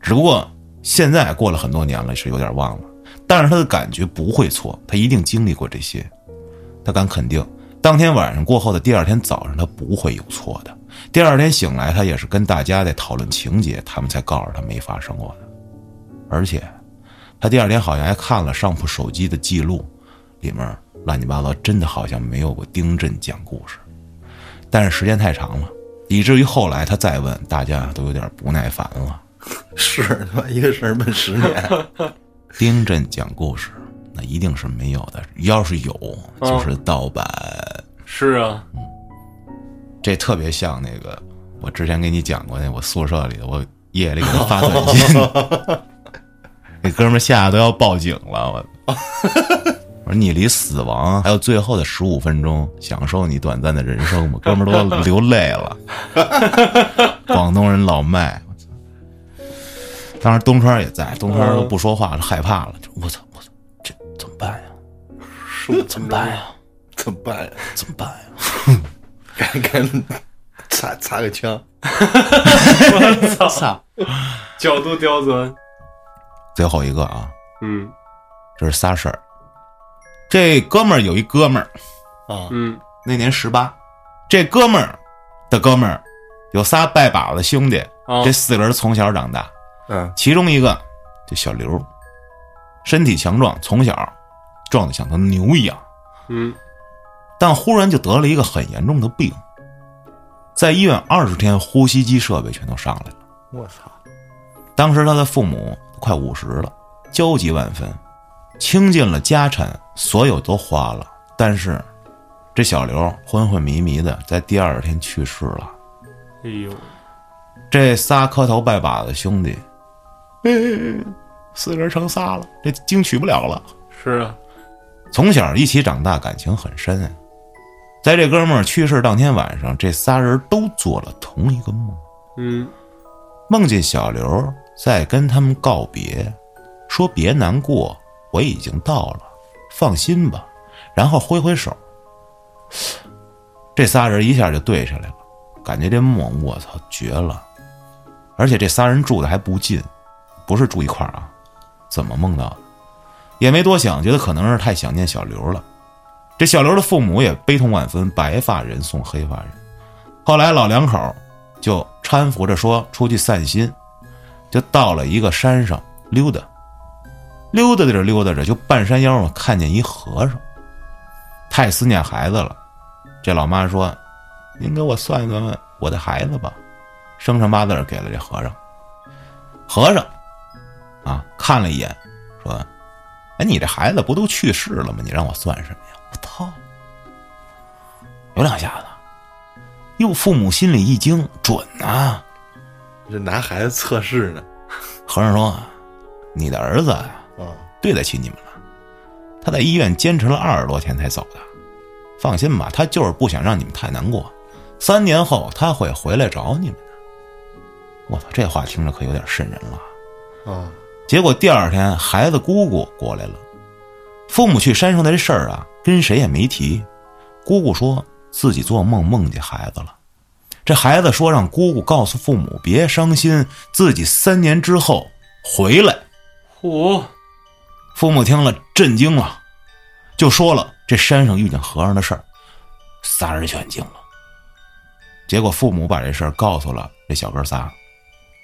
S1: 只不过现在过了很多年了，是有点忘了。但是他的感觉不会错，他一定经历过这些，他敢肯定，当天晚上过后的第二天早上，他不会有错的。第二天醒来，他也是跟大家在讨论情节，他们才告诉他没发生过的。而且，他第二天好像还看了上铺手机的记录，里面乱七八糟，真的好像没有过丁镇讲故事。但是时间太长了，以至于后来他再问，大家都有点不耐烦了。
S3: 是他妈一个事儿闷十年，
S1: 丁镇讲故事，那一定是没有的。要是有，就是盗版。
S2: 是啊，
S1: 这特别像那个我之前给你讲过那我宿舍里的，我夜里给他发短信，那哥们儿吓得都要报警了。我，我说你离死亡还有最后的十五分钟，享受你短暂的人生吧，哥们儿都流泪了。广东人老麦，我操！当时东川也在，东川都不说话了，害怕了。我操！我操！这怎么办呀？
S2: 是 [laughs] 怎么办呀？
S3: 怎么办呀？ [laughs]
S1: 怎么办呀？
S3: 该该擦擦个枪，
S2: 我操，
S1: 操！
S2: 角度刁钻。
S1: 最后一个啊，
S2: 嗯
S1: 这是仨事儿。这哥们儿有一哥们儿，
S3: 啊，
S2: 嗯，
S1: 那年十八，这哥们儿的哥们儿有仨拜把子的兄弟，
S2: 啊
S1: 这四个人从小长大，
S3: 嗯，
S1: 其中一个这小刘，身体强壮，从小壮得像头牛一样，
S2: 嗯
S1: 但忽然就得了一个很严重的病，在医院二十天，呼吸机设备全都上来了。
S3: 我操，
S1: 当时他的父母快五十了，焦急万分，倾尽了家产，所有都花了，但是这小刘昏昏迷迷的，在第二天去世了。
S2: 哎呦，
S1: 这仨磕头拜把子兄 [laughs] 弟，四人成仨了，这经娶不了了。
S2: 是啊，
S1: 从小一起长大，感情很深啊。在这哥们儿去世当天晚上，这仨人都做了同一个梦，
S2: 嗯
S1: 梦见小刘在跟他们告别，说别难过，我已经到了，放心吧，然后挥挥手。这仨人一下就对上来了，感觉这梦我操绝了，而且这仨人住的还不近，不是住一块儿啊，怎么梦到的？也没多想，觉得可能是太想念小刘了。这小刘的父母也悲痛万分，白发人送黑发人。后来老两口就搀扶着说出去散心，就到了一个山上溜达，溜达着溜达着，就半山腰上看见一和尚，太思念孩子了。这老妈说：“您给我算算我的孩子吧。”生辰八字儿给了这和尚。和尚啊，看了一眼，说：“哎，你这孩子不都去世了吗？你让我算什么呀？”我操！有两下子，哟，父母心里一惊，准啊！
S3: 这拿孩子测试呢，
S1: 和尚说：“你的儿子啊
S3: 啊，
S1: 对得起你们了，他在医院坚持了二十多天才走的。放心吧，他就是不想让你们太难过。三年后他会回来找你们的。”我操，这话听着可有点瘆人了。
S3: 啊，
S1: 结果第二天，孩子姑姑过来了，父母去山上的这事儿啊，跟谁也没提。姑姑说自己做梦梦见孩子了，这孩子说让姑姑告诉父母别伤心，自己三年之后回来。
S2: 嚯，
S1: 父母听了震惊了，就说了这山上遇见和尚的事儿，仨人全惊了。结果父母把这事儿告诉了这小哥仨，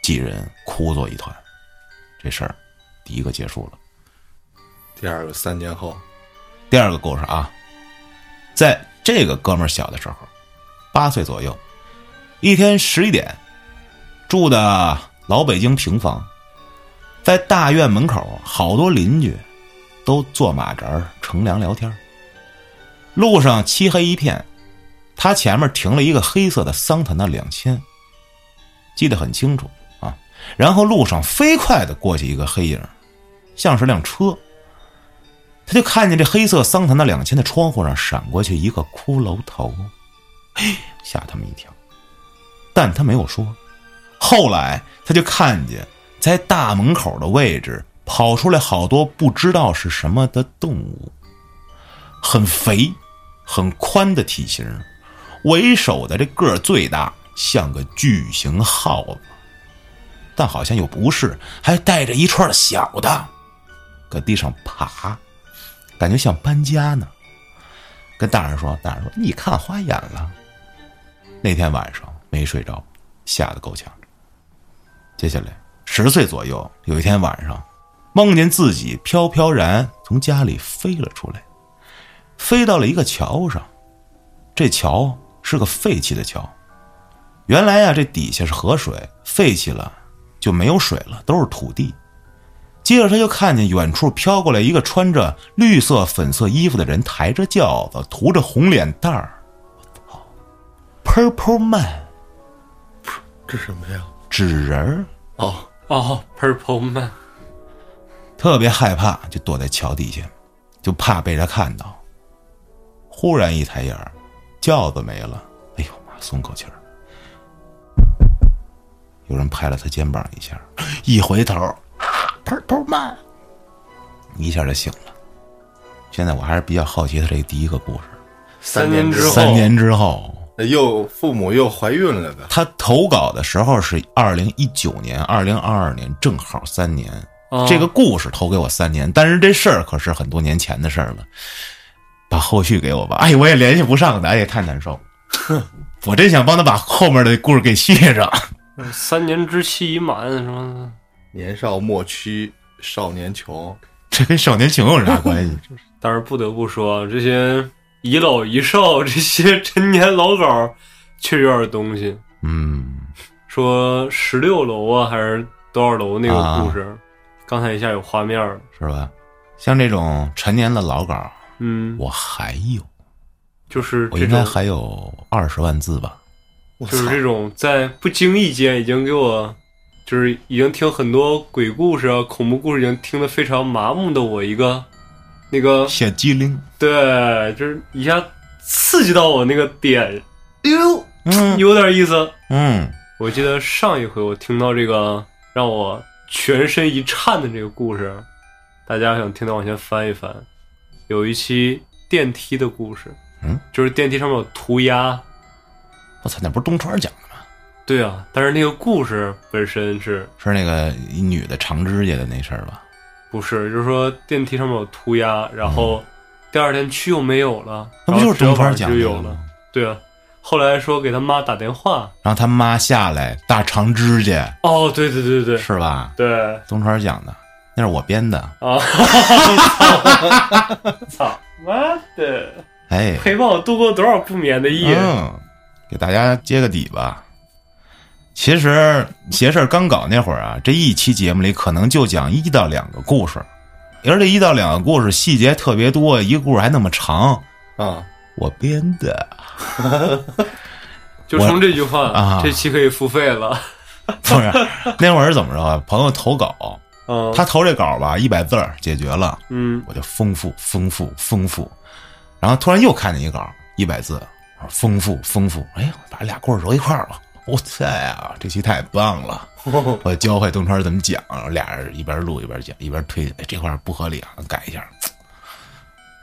S1: 几人哭作一团。这事儿第一个结束了。
S3: 第二个三年后，
S1: 第二个故事啊，在这个哥们儿小的时候，八岁左右，一天十一点，住的老北京平房，在大院门口，好多邻居都坐马扎儿乘凉聊天儿。路上漆黑一片，他前面停了一个黑色的桑塔纳两千，记得很清楚啊。然后路上飞快的过去一个黑影儿，像是辆车。他就看见这黑色桑塔纳两千的窗户上闪过去一个骷髅头，嘿，吓他们一跳。但他没有说。后来他就看见在大门口的位置跑出来好多不知道是什么的动物，很肥、很宽的体型，为首的这个儿最大，像个巨型耗子。但好像又不是，还带着一串小的，搁地上爬，感觉像搬家呢。跟大人说，大人说你看花眼了。那天晚上没睡着，吓得够呛。接下来，十岁左右，有一天晚上，梦见自己飘飘然从家里飞了出来，飞到了一个桥上。这桥是个废弃的桥，原来呀、这底下是河水，废弃了就没有水了，都是土地。接着他就看见远处飘过来一个穿着绿色粉色衣服的人，抬着轿子，涂着红脸蛋儿。我操，Purple Man
S3: 这什么呀？
S1: 纸人儿，
S3: 哦，
S2: 哦，Purple Man，
S1: 特别害怕，就躲在桥底下，就怕被他看到。忽然一抬眼儿，轿子没了，哎呦妈，松口气儿。有人拍了他肩膀一下，一回头，头头慢，一下就醒了。现在我还是比较好奇他这第一个故事。
S3: 三
S2: 年
S3: 年
S2: 之
S3: 之
S2: 后，
S1: 三年之后，
S3: 那又父母又怀孕了呗？
S1: 他投稿的时候是二零一九年、二零二二年，正好三年。
S2: 哦
S1: 这个故事投给我三年，但是这事儿可是很多年前的事儿了。把后续给我吧，哎，我也联系不上的，哎，太难受了。我真想帮他把后面的故事给续上。 [laughs]
S2: 三年之期已满什么的。
S3: 年少莫欺少年穷，
S1: 这跟少年穷有啥关系？
S2: 但是不得不说，啊这些遗老遗少，这些陈年老稿儿，确有点东西。
S1: 嗯，
S2: 说十六楼啊，还是多少楼那
S1: 啊
S2: 个故事，刚才一下有画面了。
S1: 是吧？像这种陈年的老稿，
S2: 嗯，
S1: 我还有，
S2: 就是
S1: 我
S2: 这
S1: 应该
S2: 种，
S1: 还有二十万字吧。
S3: 我
S2: 就是
S3: 操
S2: 这种在不经意间已经给我，就是已经听很多鬼故事啊、恐怖故事，已经听得非常麻木的我一个，那个
S1: 小机灵，
S2: 对，就是一下刺激到我那个点，哎 [laughs] 呦，
S1: 嗯
S2: 有点意思。
S1: 嗯，
S2: 我记得上一回我听到这个让我全身一颤的这个故事，大家想听的往前翻一翻，有一期电梯的故事，
S1: 嗯，
S2: 就是电梯上面有涂鸦，
S1: 我操，那不是东川讲的吗？
S2: 对啊，但是那个故事本身是
S1: 是那个一女的长指甲的那事儿吧？
S2: 不是，就是说电梯上面有涂鸦，然后第二天去又没有了，
S1: 嗯那不
S2: 然后
S1: 就是东川
S2: 只
S1: 讲
S2: 要晚
S1: 的
S2: 上就有了
S1: 吗？，
S2: 对啊，后来说给他妈打电话，
S1: 然后他妈下来大长指甲
S2: 哦，对对对对
S1: 是吧？
S2: 对
S1: 东川讲的，那是我编的。 [laughs]
S2: 啊，操，妈的！
S1: 哎，
S2: 陪伴我度过多少不眠的夜。
S1: 嗯，给大家揭个底吧。其实邪事儿刚搞那会儿啊，这一期节目里可能就讲一到两个故事，而这一到两个故事细节特别多，一个故事还那么长，
S3: 啊！
S1: 我编的。
S2: 就冲这句话，
S1: 啊
S2: 这期可以付费了。
S1: 不是， [laughs] 那会儿是怎么着啊？朋友投稿，
S2: 嗯，
S1: 他投这稿吧，一百字儿解决了，
S2: 嗯，
S1: 我就丰富丰富丰富，然后突然又看见一稿一百字，我说丰富丰富，哎呀，把俩故事揉一块儿了，我塞啊，这期太棒了！我教会东川怎么讲，俩人一边录一边讲，一边推，哎，这块儿不合理啊，改一下。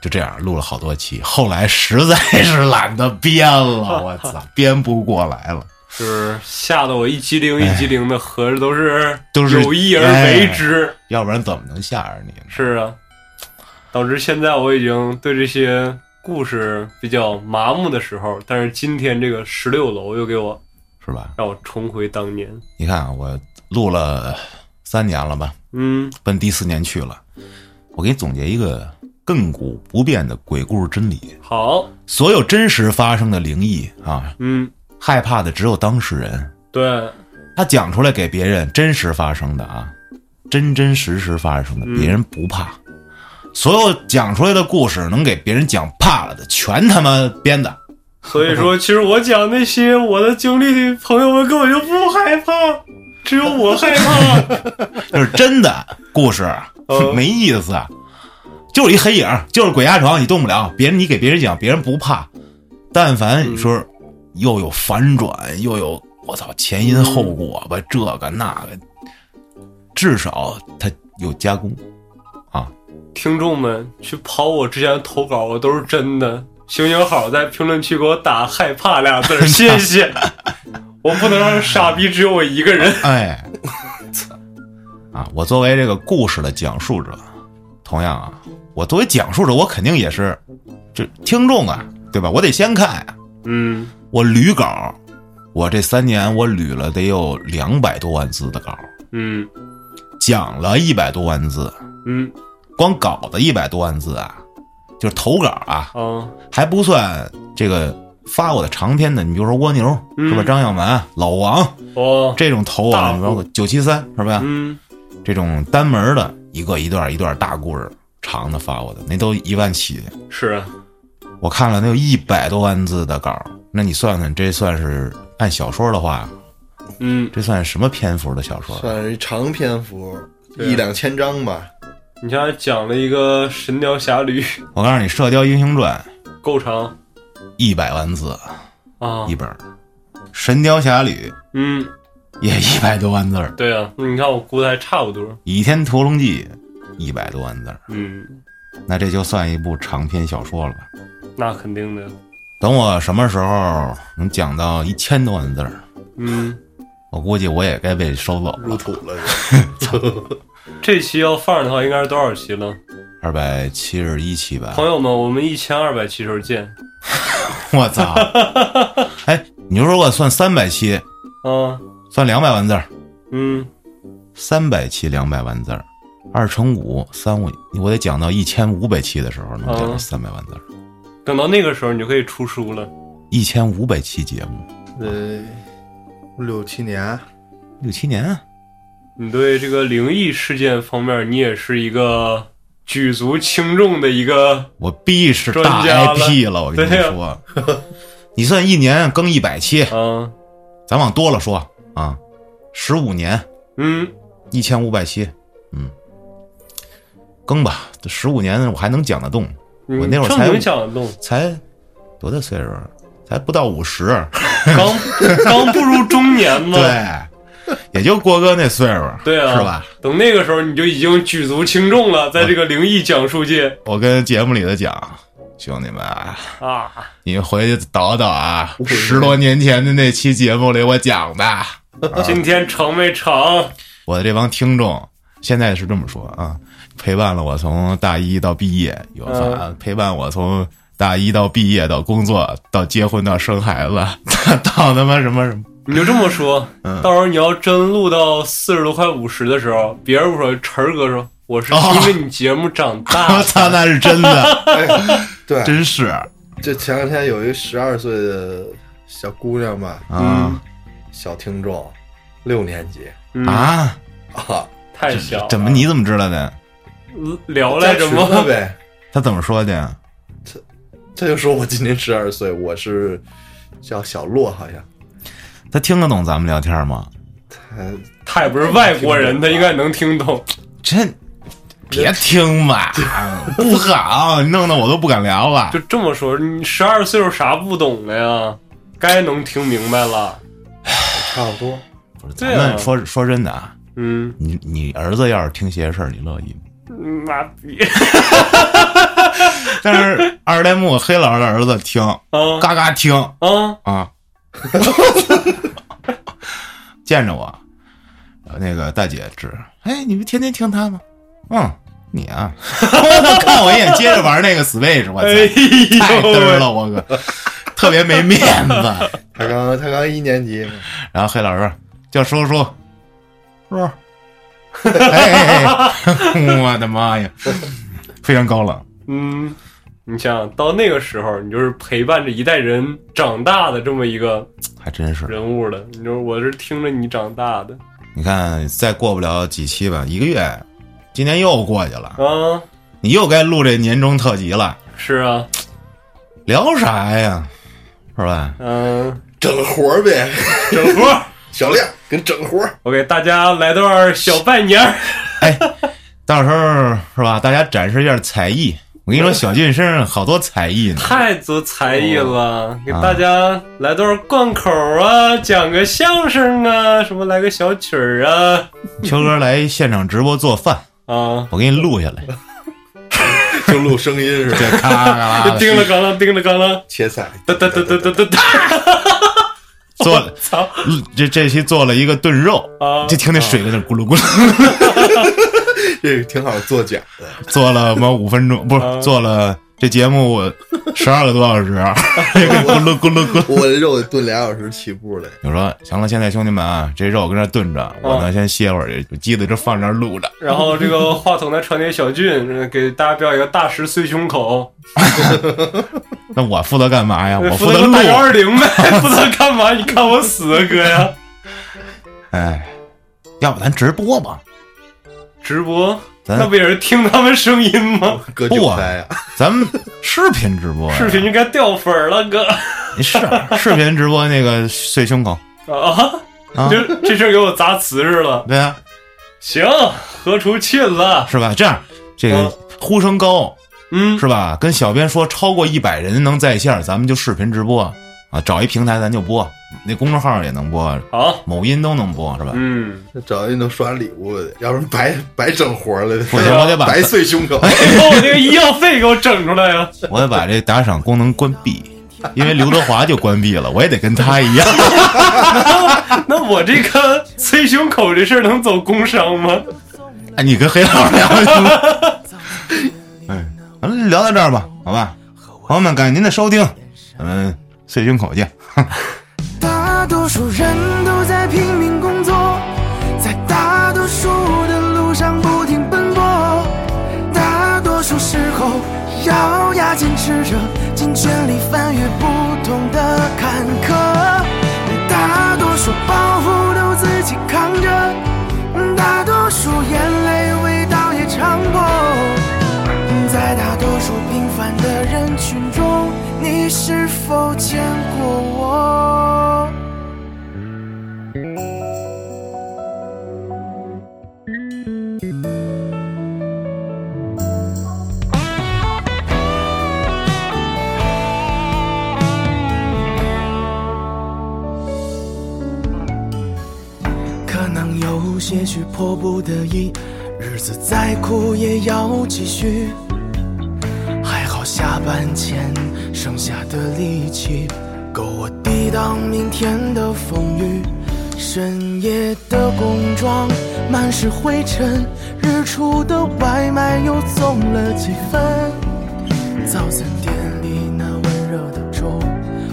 S1: 就这样录了好多期，后来实在是懒得编了，我操，编不过来了。
S2: 就是吓得我一激灵一激灵的，合着都是
S1: 哎都是哎
S2: 有意而为之。
S1: 要不然怎么能吓着你呢？
S2: 是啊，导致现在我已经对这些故事比较麻木的时候，但是今天这个十六楼又给我
S1: 是吧？
S2: 让我重回当年。
S1: 你看啊我录了三年了吧，
S2: 嗯，
S1: 奔第四年去了。我给你总结一个亘古不变的鬼故事真理：
S2: 好，
S1: 所有真实发生的灵异啊，
S2: 嗯，
S1: 害怕的只有当事人。
S2: 对，
S1: 他讲出来给别人真实发生的啊，真真实实发生的，
S2: 嗯
S1: 别人不怕。所有讲出来的故事能给别人讲怕了的，全他妈编的。
S2: 所
S1: [laughs]
S2: 以说，其实我讲那些我的经历，朋友们根本就不害怕，只有我害怕。
S1: 就是真的故事
S2: 哦，
S1: [laughs] 没意思，就是一黑影，就是鬼压床，你动不了。别人你给别人讲，别人不怕。但凡你说又有反转，又有我操前因后果吧，这个那个，至少它有加工。
S2: 听众们去跑我之前的投稿，我都是真的。行行好，在评论区给我打“害怕”俩字儿，谢谢。我不能让傻逼只有我一个人。
S1: 哎，啊，我作为这个故事的讲述者，同样啊，我作为讲述者，我肯定也是这听众啊，对吧？我得先看呀、
S2: 嗯，
S1: 我捋稿，我这三年我捋了得有两百多万字的稿，
S2: 嗯，
S1: 讲了一百多万字，
S2: 嗯，
S1: 光稿子一百多万字啊，就是投稿啊，
S2: 啊，
S1: 还不算这个发我的长篇的，你比如说蜗牛
S2: 嗯
S1: 是吧？张耀满、老王
S2: 哦，
S1: 这种投
S2: 大
S1: 啊，
S2: 户
S1: 你包括九七三是吧？
S2: 嗯，
S1: 这种单门的一个一段一段大故事长的发我的，那都一万起。
S2: 是啊，
S1: 我看了，那有一百多万字的稿，那你算算，这算是按小说的话，
S2: 嗯，
S1: 这算什么篇幅的小说？啊
S3: 算是一长篇幅，
S2: 对啊
S3: 一两千章吧。
S2: 你像还讲了一个《神雕侠侣》，
S1: 我告诉你，《射雕英雄传
S2: 够长》
S1: 一百万字
S2: 啊
S1: 一，本儿，《神雕侠侣
S2: 嗯，》
S1: 也 [laughs] 一百多万字儿，《
S2: 对啊，你看我估的还差不多，
S1: 倚天屠龙记》一百多万字儿，
S2: 嗯，
S1: 那这就算一部长篇小说了吧？
S2: 那肯定的，
S1: 等我什么时候能讲到一千多万字儿，
S2: 嗯，
S1: 我估计我也该被收走
S3: 入
S1: 了。
S3: 土了，
S2: 这期要放的话，应该是多少期了？
S1: 二百七十一期吧，
S2: 朋友们，我们一千二百期时候见。
S1: 我
S2: [laughs]
S1: 操！哎，你就说我算三百期，
S2: 啊，
S1: 算两百万字儿，
S2: 嗯，
S1: 三百期两百万字儿，二乘五三五，我得讲到一千五百期的时候能讲到
S2: 嗯
S1: 三百万字儿。
S2: 等到那个时候你就可以出书了。
S1: 一千五百期节目，
S3: 呃，六七年，啊
S1: 六七年啊，
S2: 你对这个灵异事件方面，你也是一个举足轻重的一个，
S1: 我必是大
S2: 专家了
S1: IP 了，我跟你
S2: 对呀
S1: 说，你算一年更一百期，
S2: 啊，
S1: 咱往多了说啊，十五年
S2: 嗯，
S1: 一千五百期，嗯，更吧，这十五年我还能讲得动，
S2: 你
S1: 我那会儿
S2: 正
S1: 才
S2: 经讲
S1: [laughs]
S2: 得动，
S1: 才多大岁数啊？才不到五十，
S2: 刚刚步入中年
S1: [laughs]
S2: 嘛，
S1: 对，也就郭哥那岁数，
S2: 哦对啊，
S1: 是吧？？
S2: 等那个时候你就已经举足轻重了，在这个灵异讲述界
S1: 我跟节目里头讲，兄弟们啊， [laughs]
S2: 啊，
S1: 你们回去倒倒啊，
S3: 我
S1: 十多年前的那期节目里我讲的，
S2: 今天成没成？
S1: 我的这帮听众现在是这么说啊，陪伴了我从大一到毕业，有啊，
S2: 嗯
S1: 陪伴我从大一到毕业到工作到结婚到生孩子 [laughs] 到他妈什么什么，
S2: 你就这么说，
S1: 嗯
S2: 到时候你要真录到四十多快五十的时候，别人不说，晨儿哥说我是因为你节目长大
S1: 我
S2: 了，
S1: 操，那是真
S2: [laughs]
S1: 的，
S3: 对，
S1: 真是啊
S3: 这前两天有一个十二岁的小姑娘吧，
S2: 嗯
S3: 小听众，六年级
S1: [laughs]
S2: 嗯，
S1: 啊！
S3: 啊，
S2: 太小了，
S1: 怎么你怎么知道的？
S2: 聊来着
S3: 加群了
S2: 吗？
S3: 呗，
S1: 他怎么说的？
S3: 他就说我今年十二岁，我是叫小洛，好像
S1: 他听得懂咱们聊天吗？
S3: 他
S2: 他也不是外国人，他应该能
S1: [laughs]
S2: 听懂。
S1: 这别听
S2: [laughs]
S1: 吧，不好，弄得我都不敢聊了
S2: 就。这么说，你十二岁数啥不懂的呀？该能听明白了。
S3: 差不多，
S1: 不是咱
S2: 对啊
S1: 们说说真的啊，
S2: 嗯，
S1: 你你儿子要是听邪事儿，你乐意吗？
S2: 妈
S1: [laughs]
S2: 逼
S1: 但是二代目黑老师的儿子听，
S2: 啊
S1: 嘎嘎听
S2: 啊！ [laughs]
S1: 啊，见着我，那个大姐指，哎，你不天天听他吗？嗯，你啊， [laughs] 他看我一眼，接着玩那个 Switch，我
S2: 哎
S1: 操，太
S2: 呦
S1: 嘚儿
S2: 喂！
S1: 了，我哥，特别没面子。
S3: 他刚他刚一年级嘛，
S1: 然后黑老师叫叔叔，
S2: [laughs]
S1: 叔，哎哎哎， [laughs] 我的妈呀，非常高冷，
S2: 嗯，你想想到那个时候，你就是陪伴着一代人长大的这么一个
S1: 还真是。
S2: 人物了。你说我是听着你长大的
S1: 你看，再过不了几期吧，一个月，今年又过去了，
S2: 啊？
S1: 你又该录这年终特辑了，
S2: 是啊，
S1: 聊啥呀？是吧？
S2: 嗯、
S1: [laughs]
S3: 整活儿呗， [laughs]
S2: 整活儿，
S3: 小亮跟整活儿，
S2: 我给大家来段小拜年儿。
S1: 哎到时候是吧？大家展示一下才艺。我跟你说，小俊身上好多才艺呢。
S2: 太足才艺
S1: 哦
S2: 了，给大家来段贯口啊，讲个相声啊，什么来个小曲儿啊
S1: 秋哥来现场直播做饭，
S2: 啊！
S1: 我给你录下来。
S3: 就录声音是吧？
S1: 这咔啦咔
S2: [laughs]
S1: 啦的
S2: 叮了咣啷，叮了咣啷，
S3: 切菜，
S2: 哒哒哒哒哒哒哒！
S1: 做了，
S2: 操
S1: 嗯这这期做了一个炖肉，
S2: 啊
S1: 就听那水在那咕噜咕噜。 [laughs]
S3: 这个挺好作假的。
S1: 做了么五分钟，不
S2: 啊
S1: 是做了这节目我十二个多小时，啊 [laughs] 咕噜咕噜咕噜。
S3: 我这肉得炖俩小时起步嘞，
S1: 我说行了，现在兄弟们啊，这肉跟这炖着，我呢先歇会儿，有机子就放这儿录着。
S2: 然后这个话筒再传给小俊，呃给大家表演个大石碎胸口，那
S1: 那我负责干
S2: [laughs]
S1: 嘛呀？啊我
S2: 负责
S1: 责
S2: 个
S1: 录
S2: 大。幺二零呗，
S1: [laughs]
S2: 负责干嘛？你看我死啊，哥呀！
S1: 哎，要不咱直播吧？
S2: 直播，
S1: 咱
S2: 那不也是听他们声音吗？
S3: 割
S1: 不
S3: 韭
S1: 啊
S3: 菜啊！
S1: 咱们视频直播呀，
S2: [laughs] 视频就该掉粉儿了，哥
S1: 是视频直播那个碎胸口。
S2: 啊！
S1: 啊
S2: 这这事儿给我砸瓷实了。
S1: 对啊，
S2: 行，何出沁了？
S1: 是吧？这样，这个
S2: 嗯
S1: 呼声高
S2: 嗯，
S1: 是吧？跟小编说，超过一百人能在线，咱们就视频直播啊，找一平台咱就播，那公众号也能播，
S2: 好，
S1: 某音都能播，是吧？
S2: 嗯，
S3: 找一能刷礼物的，要不然白白整活了。
S1: 不行，我得把
S3: 白碎胸口，
S2: 你把我那个医药费给我整出来啊呀、
S1: 我得把这打赏功能关闭，因为刘德华就关闭了，我也得跟他一样。
S2: [laughs]
S1: [laughs]
S2: 那我这个碎胸口这事儿能走工伤吗？
S1: 哎你跟黑老聊去吧。哎，咱们聊到这儿吧，好吧？朋友们，感谢您的收听，咱们碎胸口见。
S4: 大多数人都在拼命工作，在大多数的路上不停奔波。大多数时候咬牙坚持着，尽全力翻越不同的坎坷。大多数包袱都自己扛着，大多数眼泪味道也尝过。在大多数平凡的人群中，你是否见过我？可能有些许迫不得已，日子再苦也要继续。还好下班前剩下的力气，够我抵挡明天的风雨。深夜的工装满是灰尘，日出的外卖又送了几分。早餐店里那温热的粥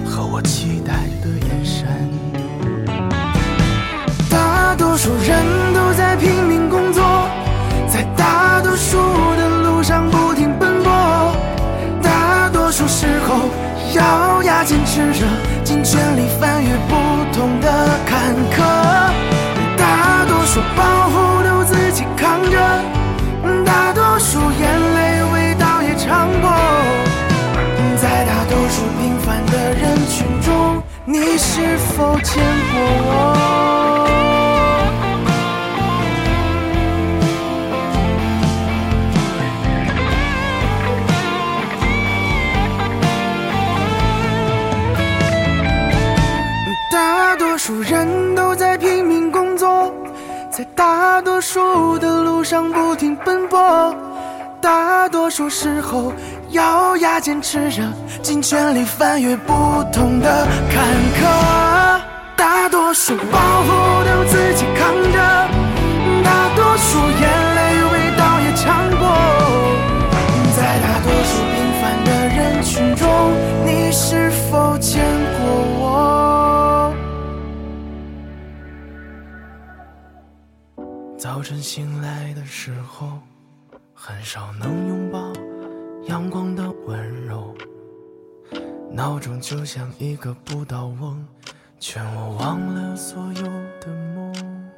S4: 和我期待的眼神。大多数人都在拼命工作，在大多数的路上不停奔波。大多数时候咬牙坚持着，尽全力翻越不同的坎坷。大多数包袱都自己扛着，大多数眼泪味道也尝过。在大多数平凡的人群中，你是否见过我？大多数人都在拼命工作，在大多数的路上不停奔波，大多数时候咬牙坚持着，尽全力翻越不同的坎坷。大多数包袱都自己扛着，大多数眼泪味道也尝过。在大多数平凡的人群中，你是否见过我？早晨醒来的时候，很少能拥抱阳光的温柔，闹钟就像一个不倒翁，劝我忘了所有的梦。